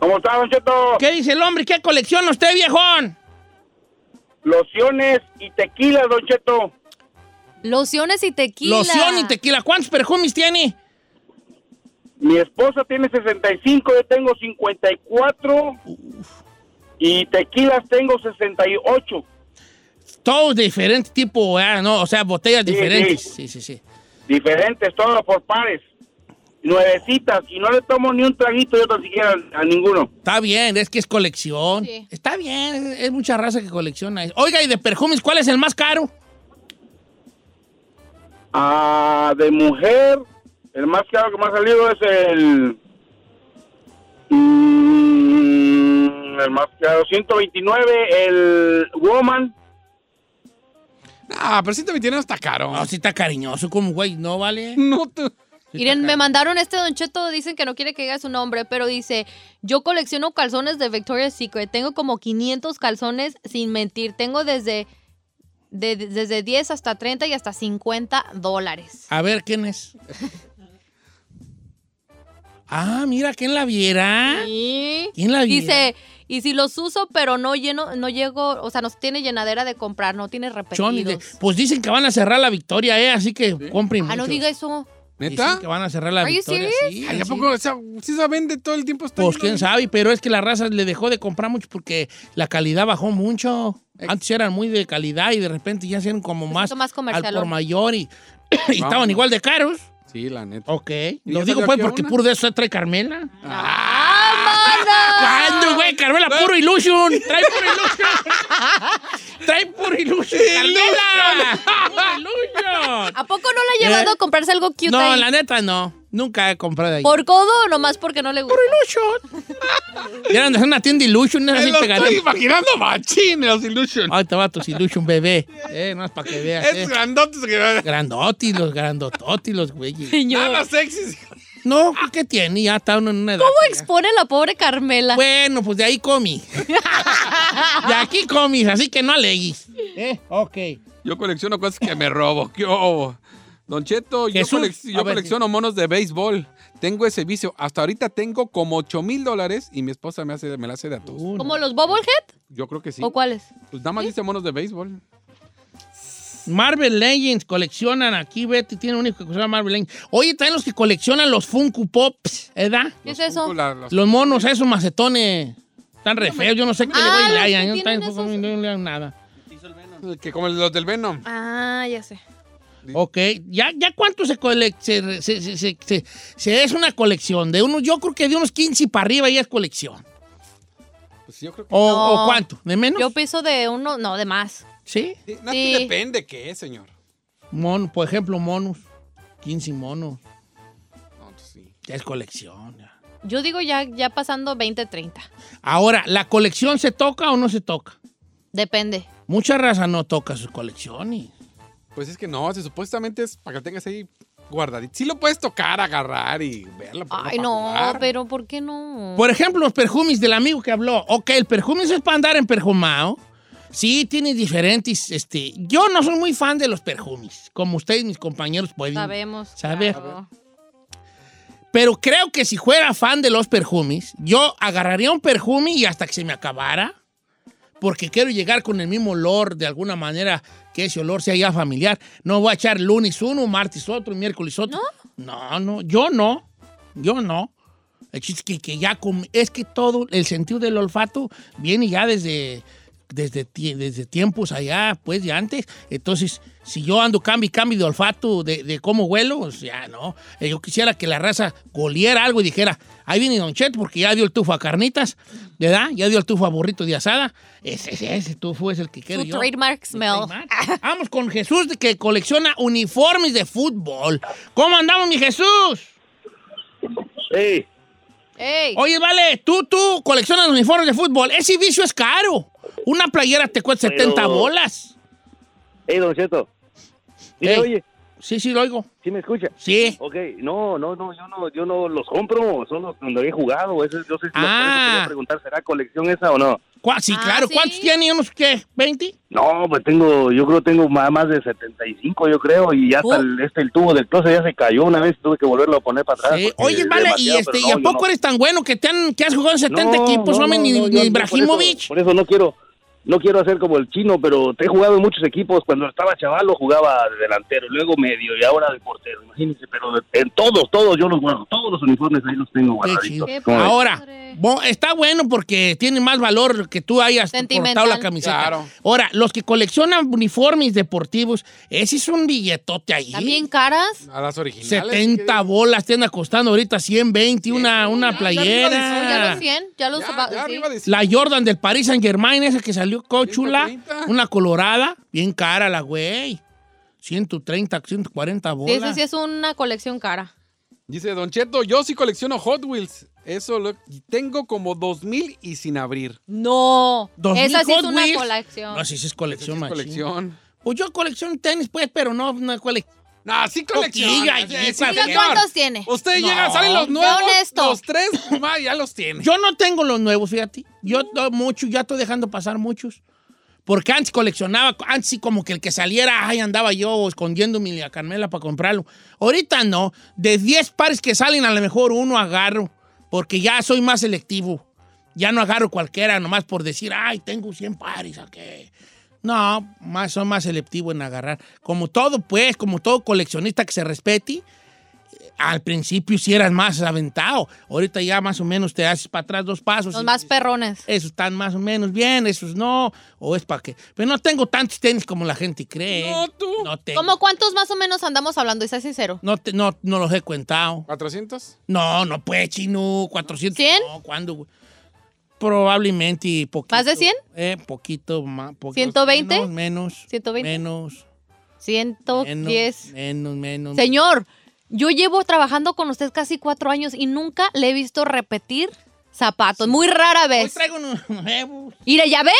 Speaker 8: ¿Cómo está, Don Cheto?
Speaker 2: ¿Qué dice el hombre? ¿Qué colecciona usted, viejón?
Speaker 8: Lociones y tequila, Don Cheto.
Speaker 3: Lociones y tequila.
Speaker 2: Loción y tequila. ¿Cuántos perfumes tiene?
Speaker 8: Mi esposa tiene 65, yo tengo 54. Y tequilas tengo 68.
Speaker 2: Todos de diferente tipo, ¿verdad? ¿no? O sea, botellas
Speaker 8: Sí,
Speaker 2: diferentes. Sí, sí,
Speaker 8: sí.
Speaker 2: sí.
Speaker 8: Diferentes, todo por pares. Nuevecitas. Y no le tomo ni un traguito yo tan siquiera a ninguno.
Speaker 2: Está bien, es que es colección.
Speaker 3: Sí.
Speaker 2: Está bien, es, es mucha raza que colecciona. eso. Oiga, ¿y de perfumes cuál es el más caro?
Speaker 8: Ah, de mujer, el más caro que me ha salido es el. mm, el más caro, 129, el Woman.
Speaker 1: Ah, pero 129 está caro.
Speaker 2: No, Ah, sí está cariñoso, como güey, no vale.
Speaker 1: No te-
Speaker 2: Sí
Speaker 3: Miren,
Speaker 2: está
Speaker 3: me
Speaker 2: caro.
Speaker 3: mandaron este Don Cheto, dicen que no quiere que diga su nombre, pero dice, yo colecciono calzones de Victoria's Secret, tengo como 500 calzones sin mentir, tengo desde, de- de- desde 10 hasta 30 y hasta 50 dólares.
Speaker 2: A ver, ¿quién es? Ah, mira, ¿quién la viera?
Speaker 3: Sí.
Speaker 2: ¿Quién la viera?
Speaker 3: Dice, y si los uso, pero no lleno, no llego, o sea, no tiene llenadera de comprar, no tiene repetidos.
Speaker 2: Chon, y de- pues dicen que van a cerrar la victoria, ¿eh? Así que compren
Speaker 3: ah, no
Speaker 2: mucho.
Speaker 3: diga eso.
Speaker 2: Dicen
Speaker 1: ¿Neta?
Speaker 2: que van a cerrar la
Speaker 3: Are you
Speaker 2: victoria. sí,
Speaker 1: Ay, ¿a
Speaker 2: sí.
Speaker 1: poco? O sea, si se vende todo el tiempo. Está
Speaker 2: Pues
Speaker 1: lleno
Speaker 2: quién
Speaker 1: de-
Speaker 2: sabe, pero es que la raza le dejó de comprar mucho porque la calidad bajó mucho. Antes eran muy de calidad y de repente ya hicieron como más,
Speaker 3: poquito más
Speaker 2: al
Speaker 3: comercialón.
Speaker 2: por mayor y, y estaban igual de caros.
Speaker 1: Sí, la neta.
Speaker 2: Ok. Lo
Speaker 1: ya
Speaker 2: digo
Speaker 1: salió
Speaker 2: pues
Speaker 1: aquí
Speaker 2: porque
Speaker 1: una?
Speaker 2: puro de eso trae Carmela.
Speaker 3: ¡Vámonos!
Speaker 2: ¡Cuándo, güey! Carmela,
Speaker 1: Ah.
Speaker 2: puro illusion. Trae puro illusion. trae puro illusion. ¡Carmela! ¡Puro illusion!
Speaker 3: ¿A poco no le ha llevado
Speaker 2: ¿Eh?
Speaker 3: a comprarse algo cute
Speaker 2: No,
Speaker 3: ahí?
Speaker 2: la neta no. Nunca he comprado ahí.
Speaker 3: ¿Por codo o nomás porque no le gusta?
Speaker 2: illusion. Vieron, es una tienda illusion. Era
Speaker 1: Me
Speaker 2: así Ah,
Speaker 1: lo
Speaker 2: pegadera.
Speaker 1: estoy imaginando machín, los Illusion.
Speaker 2: Ahí te va tu Illusion bebé. Eh, no es para que veas.
Speaker 1: Es
Speaker 2: Eh.
Speaker 1: grandotes que
Speaker 2: Grandotis, los grandototis, los güeyes.
Speaker 1: nada
Speaker 3: Señor,
Speaker 1: sexys.
Speaker 2: No, pues, ¿qué tiene? Ya está uno en una edad.
Speaker 3: ¿cómo
Speaker 2: que ya-
Speaker 3: expone la pobre Carmela?
Speaker 2: Bueno, pues de ahí comí. de aquí comí, así que no alegues. Eh, ok.
Speaker 1: Yo colecciono cosas que me robo. ¿Qué hubo? Don Cheto, yo,
Speaker 2: Jesús,
Speaker 1: colec-
Speaker 2: a
Speaker 1: yo
Speaker 2: ver,
Speaker 1: colecciono monos de béisbol. Tengo ese vicio. Hasta ahorita tengo como 8 mil dólares y mi esposa me, hace, me la hace de a todos.
Speaker 2: Uno.
Speaker 3: ¿Como los bobblehead?
Speaker 1: Yo creo que sí.
Speaker 3: ¿O cuáles?
Speaker 1: Pues nada más dice monos de béisbol.
Speaker 2: Marvel Legends coleccionan aquí, Betty tiene un hijo que colecciona Marvel Legends. Oye, también los que coleccionan los Funko Pops, ¿edad?
Speaker 3: ¿Qué es
Speaker 1: Los
Speaker 3: eso?
Speaker 1: Funko, la- las-
Speaker 2: Los monos, esos macetones. Están re feos, yo no sé qué le voy
Speaker 3: Ah,
Speaker 2: a
Speaker 3: los
Speaker 2: le
Speaker 3: que
Speaker 2: hayan, Yo
Speaker 3: tienen
Speaker 2: tampoco
Speaker 3: esos-
Speaker 2: no le hago nada.
Speaker 1: que como los del Venom.
Speaker 3: Ah, ya sé.
Speaker 2: Ok, ¿ya, ya cuánto se, cole- se, se- se- se- se- se- es una colección? de unos Yo creo que de unos 15 para arriba ya es colección.
Speaker 1: Pues yo creo que.
Speaker 2: ¿O,
Speaker 3: No.
Speaker 2: o cuánto? ¿De menos?
Speaker 3: Yo pienso de uno, no, de más.
Speaker 2: Sí,
Speaker 1: Sí, no, es
Speaker 3: Sí.
Speaker 1: que depende qué es, señor.
Speaker 2: mono, por ejemplo, monos. 15 monos,
Speaker 1: No, pues sí.
Speaker 2: ya es colección. ya.
Speaker 3: Yo digo ya, ya pasando 20, 30.
Speaker 2: Ahora, ¿la colección se toca o no se toca?
Speaker 3: Depende.
Speaker 2: Mucha raza no toca sus colecciones.
Speaker 1: Pues es que no, si supuestamente es para que lo tengas ahí guardadito. Sí lo puedes tocar, agarrar y verlo. ponerlo
Speaker 3: Ay,
Speaker 1: para
Speaker 3: no,
Speaker 1: jugar. Pues,
Speaker 3: pero ¿por qué no?
Speaker 2: Por ejemplo, los perfumes del amigo que habló. Ok, el perfume es para andar en perfumado. Sí, tiene diferentes. Este, yo no soy muy fan de los perfumes, como ustedes, mis compañeros, pueden.
Speaker 3: Sabemos.
Speaker 2: Saber.
Speaker 3: claro.
Speaker 2: Pero creo que si fuera fan de los perfumes, yo agarraría un perfume y hasta que se me acabara, porque quiero llegar con el mismo olor de alguna manera, que ese olor sea ya familiar. No voy a echar lunes uno, martes otro, miércoles otro. No, no, yo no, yo no. El chiste es que, que ya com- es que todo el sentido del olfato viene ya desde, desde, tie- desde tiempos allá, pues de antes. Entonces, si yo ando cambio y cambio de olfato de, de cómo huelo, o sea, no. Eh, Yo quisiera que la raza goliera algo y dijera, ahí viene Don Chet porque ya dio el tufo a carnitas, ¿verdad? Ya dio el tufo a burrito de asada. Ese, ese, ese tufo es el que quiero
Speaker 3: Su
Speaker 2: yo.
Speaker 3: trademark smell.
Speaker 2: Trademark. Vamos con Jesús que colecciona uniformes de fútbol. ¿Cómo andamos, mi Jesús?
Speaker 8: Sí,
Speaker 3: ¡Ey!
Speaker 2: Oye, vale, tú, tú coleccionas uniformes de fútbol. Ese vicio es caro. Una playera te cuesta
Speaker 8: Pero-
Speaker 2: 70 bolas.
Speaker 8: hey, don Cheto. Mire,
Speaker 2: Ey.
Speaker 8: oye,
Speaker 2: Sí, sí, lo oigo.
Speaker 8: ¿sí me escucha?
Speaker 2: Sí.
Speaker 8: Ok, no, no, no, yo no, yo no los compro, son los donde he jugado, eso, yo sé si
Speaker 2: Ah.
Speaker 8: quería preguntar, ¿será colección esa o no?
Speaker 2: Cua- Sí,
Speaker 3: Ah,
Speaker 2: claro.
Speaker 3: ¿sí?
Speaker 2: ¿Cuántos tiene? ¿Unos qué? ¿20?
Speaker 8: No, pues tengo, yo creo tengo más, más de 75, yo creo, y ya hasta
Speaker 3: Oh.
Speaker 8: el, este, el tubo del closet ya se cayó una vez, tuve que volverlo a poner para atrás.
Speaker 2: Sí.
Speaker 8: Ah, porque
Speaker 2: Oye,
Speaker 8: es
Speaker 2: vale, y,
Speaker 8: demasiado,
Speaker 2: este,
Speaker 8: pero
Speaker 2: ¿y a
Speaker 8: no, yo
Speaker 2: poco
Speaker 8: no.
Speaker 2: eres tan bueno que, te han, que has jugado en 70
Speaker 8: No,
Speaker 2: equipos?
Speaker 8: no,
Speaker 2: hombre,
Speaker 8: no,
Speaker 2: ni,
Speaker 8: no,
Speaker 2: ni
Speaker 8: yo- yo por
Speaker 2: Ibrahimovic.
Speaker 8: eso- Por eso, no quiero, no quiero hacer como el chino, pero te he jugado en muchos equipos. Cuando estaba chaval lo jugaba de delantero, luego medio y ahora de portero, imagínense. Pero de- en todos, todos yo los guardo, todos los uniformes ahí los tengo
Speaker 2: Qué
Speaker 8: guardaditos.
Speaker 2: chido. Ah,
Speaker 3: Qué
Speaker 8: ¿Cómo ves?
Speaker 3: padre.
Speaker 2: Ahora, bo- está bueno porque tiene más valor que tú hayas
Speaker 3: Sentimental.
Speaker 2: cortado la camiseta.
Speaker 1: Claro.
Speaker 2: Ahora, los que coleccionan uniformes deportivos, ese es un billetote ahí.
Speaker 3: ¿También caras?
Speaker 1: A las originales.
Speaker 2: 70 bolas te anda costando ahorita 120, una, una
Speaker 1: ya arriba de
Speaker 3: No, ya
Speaker 2: playera.
Speaker 3: los 100, ya los...
Speaker 1: Ya,
Speaker 3: va-
Speaker 1: ya
Speaker 3: sí.
Speaker 1: arriba de
Speaker 2: La Jordan del Paris Saint Germain, esa que salió cochula,
Speaker 1: 130.
Speaker 2: una colorada, bien cara la güey. 130, 140
Speaker 3: Sí, ese
Speaker 2: bolas.
Speaker 3: sí es una colección cara.
Speaker 1: Dice Don Cheto, yo sí colecciono Hot Wheels. Eso lo y tengo como 2000 y sin abrir.
Speaker 3: ¡No!
Speaker 2: 2000
Speaker 3: Esa sí es
Speaker 2: Hot
Speaker 3: una
Speaker 2: Wheels.
Speaker 3: colección.
Speaker 2: No, sí, sí es
Speaker 1: Esa sí
Speaker 2: colección,
Speaker 1: es
Speaker 2: machín.
Speaker 1: colección.
Speaker 2: Pues yo colecciono tenis, pues, pero no, no cole-
Speaker 1: No, sí colección.
Speaker 2: Poquilla,
Speaker 1: Sí,
Speaker 2: sí,
Speaker 1: sí,
Speaker 2: cualquier.
Speaker 1: señor. Pues,
Speaker 3: ¿Cuántos tiene?
Speaker 1: Usted llega,
Speaker 2: No.
Speaker 1: salen los
Speaker 3: Sé
Speaker 1: nuevos,
Speaker 3: honesto.
Speaker 1: los tres, ma, ya los tiene.
Speaker 2: Yo no tengo los nuevos, fíjate. Yo muchos, ya estoy dejando pasar muchos. Porque antes coleccionaba, antes sí como que el que saliera, ay, andaba yo escondiendo mi a Carmela para comprarlo. Ahorita no, de 10 pares que salen, a lo mejor uno agarro, porque ya soy más selectivo. Ya no agarro cualquiera, nomás por decir, ay, tengo 100 pares, ¿a qué? No, más, soy más selectivo en agarrar. Como todo, pues, como todo coleccionista que se respete, al principio si eras más aventado. Ahorita ya más o menos te haces para atrás dos pasos.
Speaker 3: Los
Speaker 2: y-
Speaker 3: más perrones.
Speaker 2: esos están más o menos bien, esos no. O es para qué. Pero no tengo tantos tenis como la gente cree.
Speaker 1: No, tú.
Speaker 2: No tengo.
Speaker 3: ¿Cómo cuántos más o menos andamos hablando? Y sea sincero.
Speaker 2: No, te- no, no los he cuentado.
Speaker 1: ¿400?
Speaker 2: No, no pues, chino. 400.
Speaker 3: ¿Cien?
Speaker 2: No, ¿cuándo? güey? Probablemente poquito.
Speaker 3: ¿Más de cien?
Speaker 2: Eh, poquito más. poquito.
Speaker 3: ¿120?
Speaker 2: Menos, menos.
Speaker 3: ¿120?
Speaker 2: Menos. Menos,
Speaker 3: Oh, 110.
Speaker 2: menos, menos.
Speaker 3: Señor, yo llevo trabajando con usted casi cuatro años y nunca le he visto repetir zapatos. Muy rara
Speaker 2: Hoy
Speaker 3: vez.
Speaker 2: traigo unos nuevos.
Speaker 3: Mira, ¿ya ve?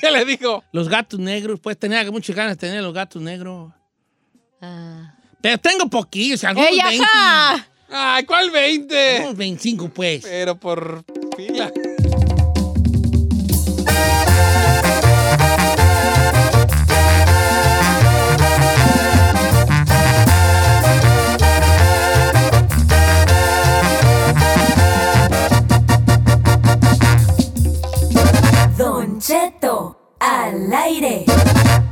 Speaker 1: ¿Qué le digo?
Speaker 2: Los gatos negros. Pues tenía muchas ganas de tener los gatos negros.
Speaker 3: Ah.
Speaker 2: Pero tengo poquillos. Algunos
Speaker 3: ¡Ey,
Speaker 2: 20.
Speaker 3: ajá!
Speaker 1: Ay, ¿cuál 20?
Speaker 2: Algunos 25, pues.
Speaker 1: Pero por fila.
Speaker 7: Don Cheto al aire.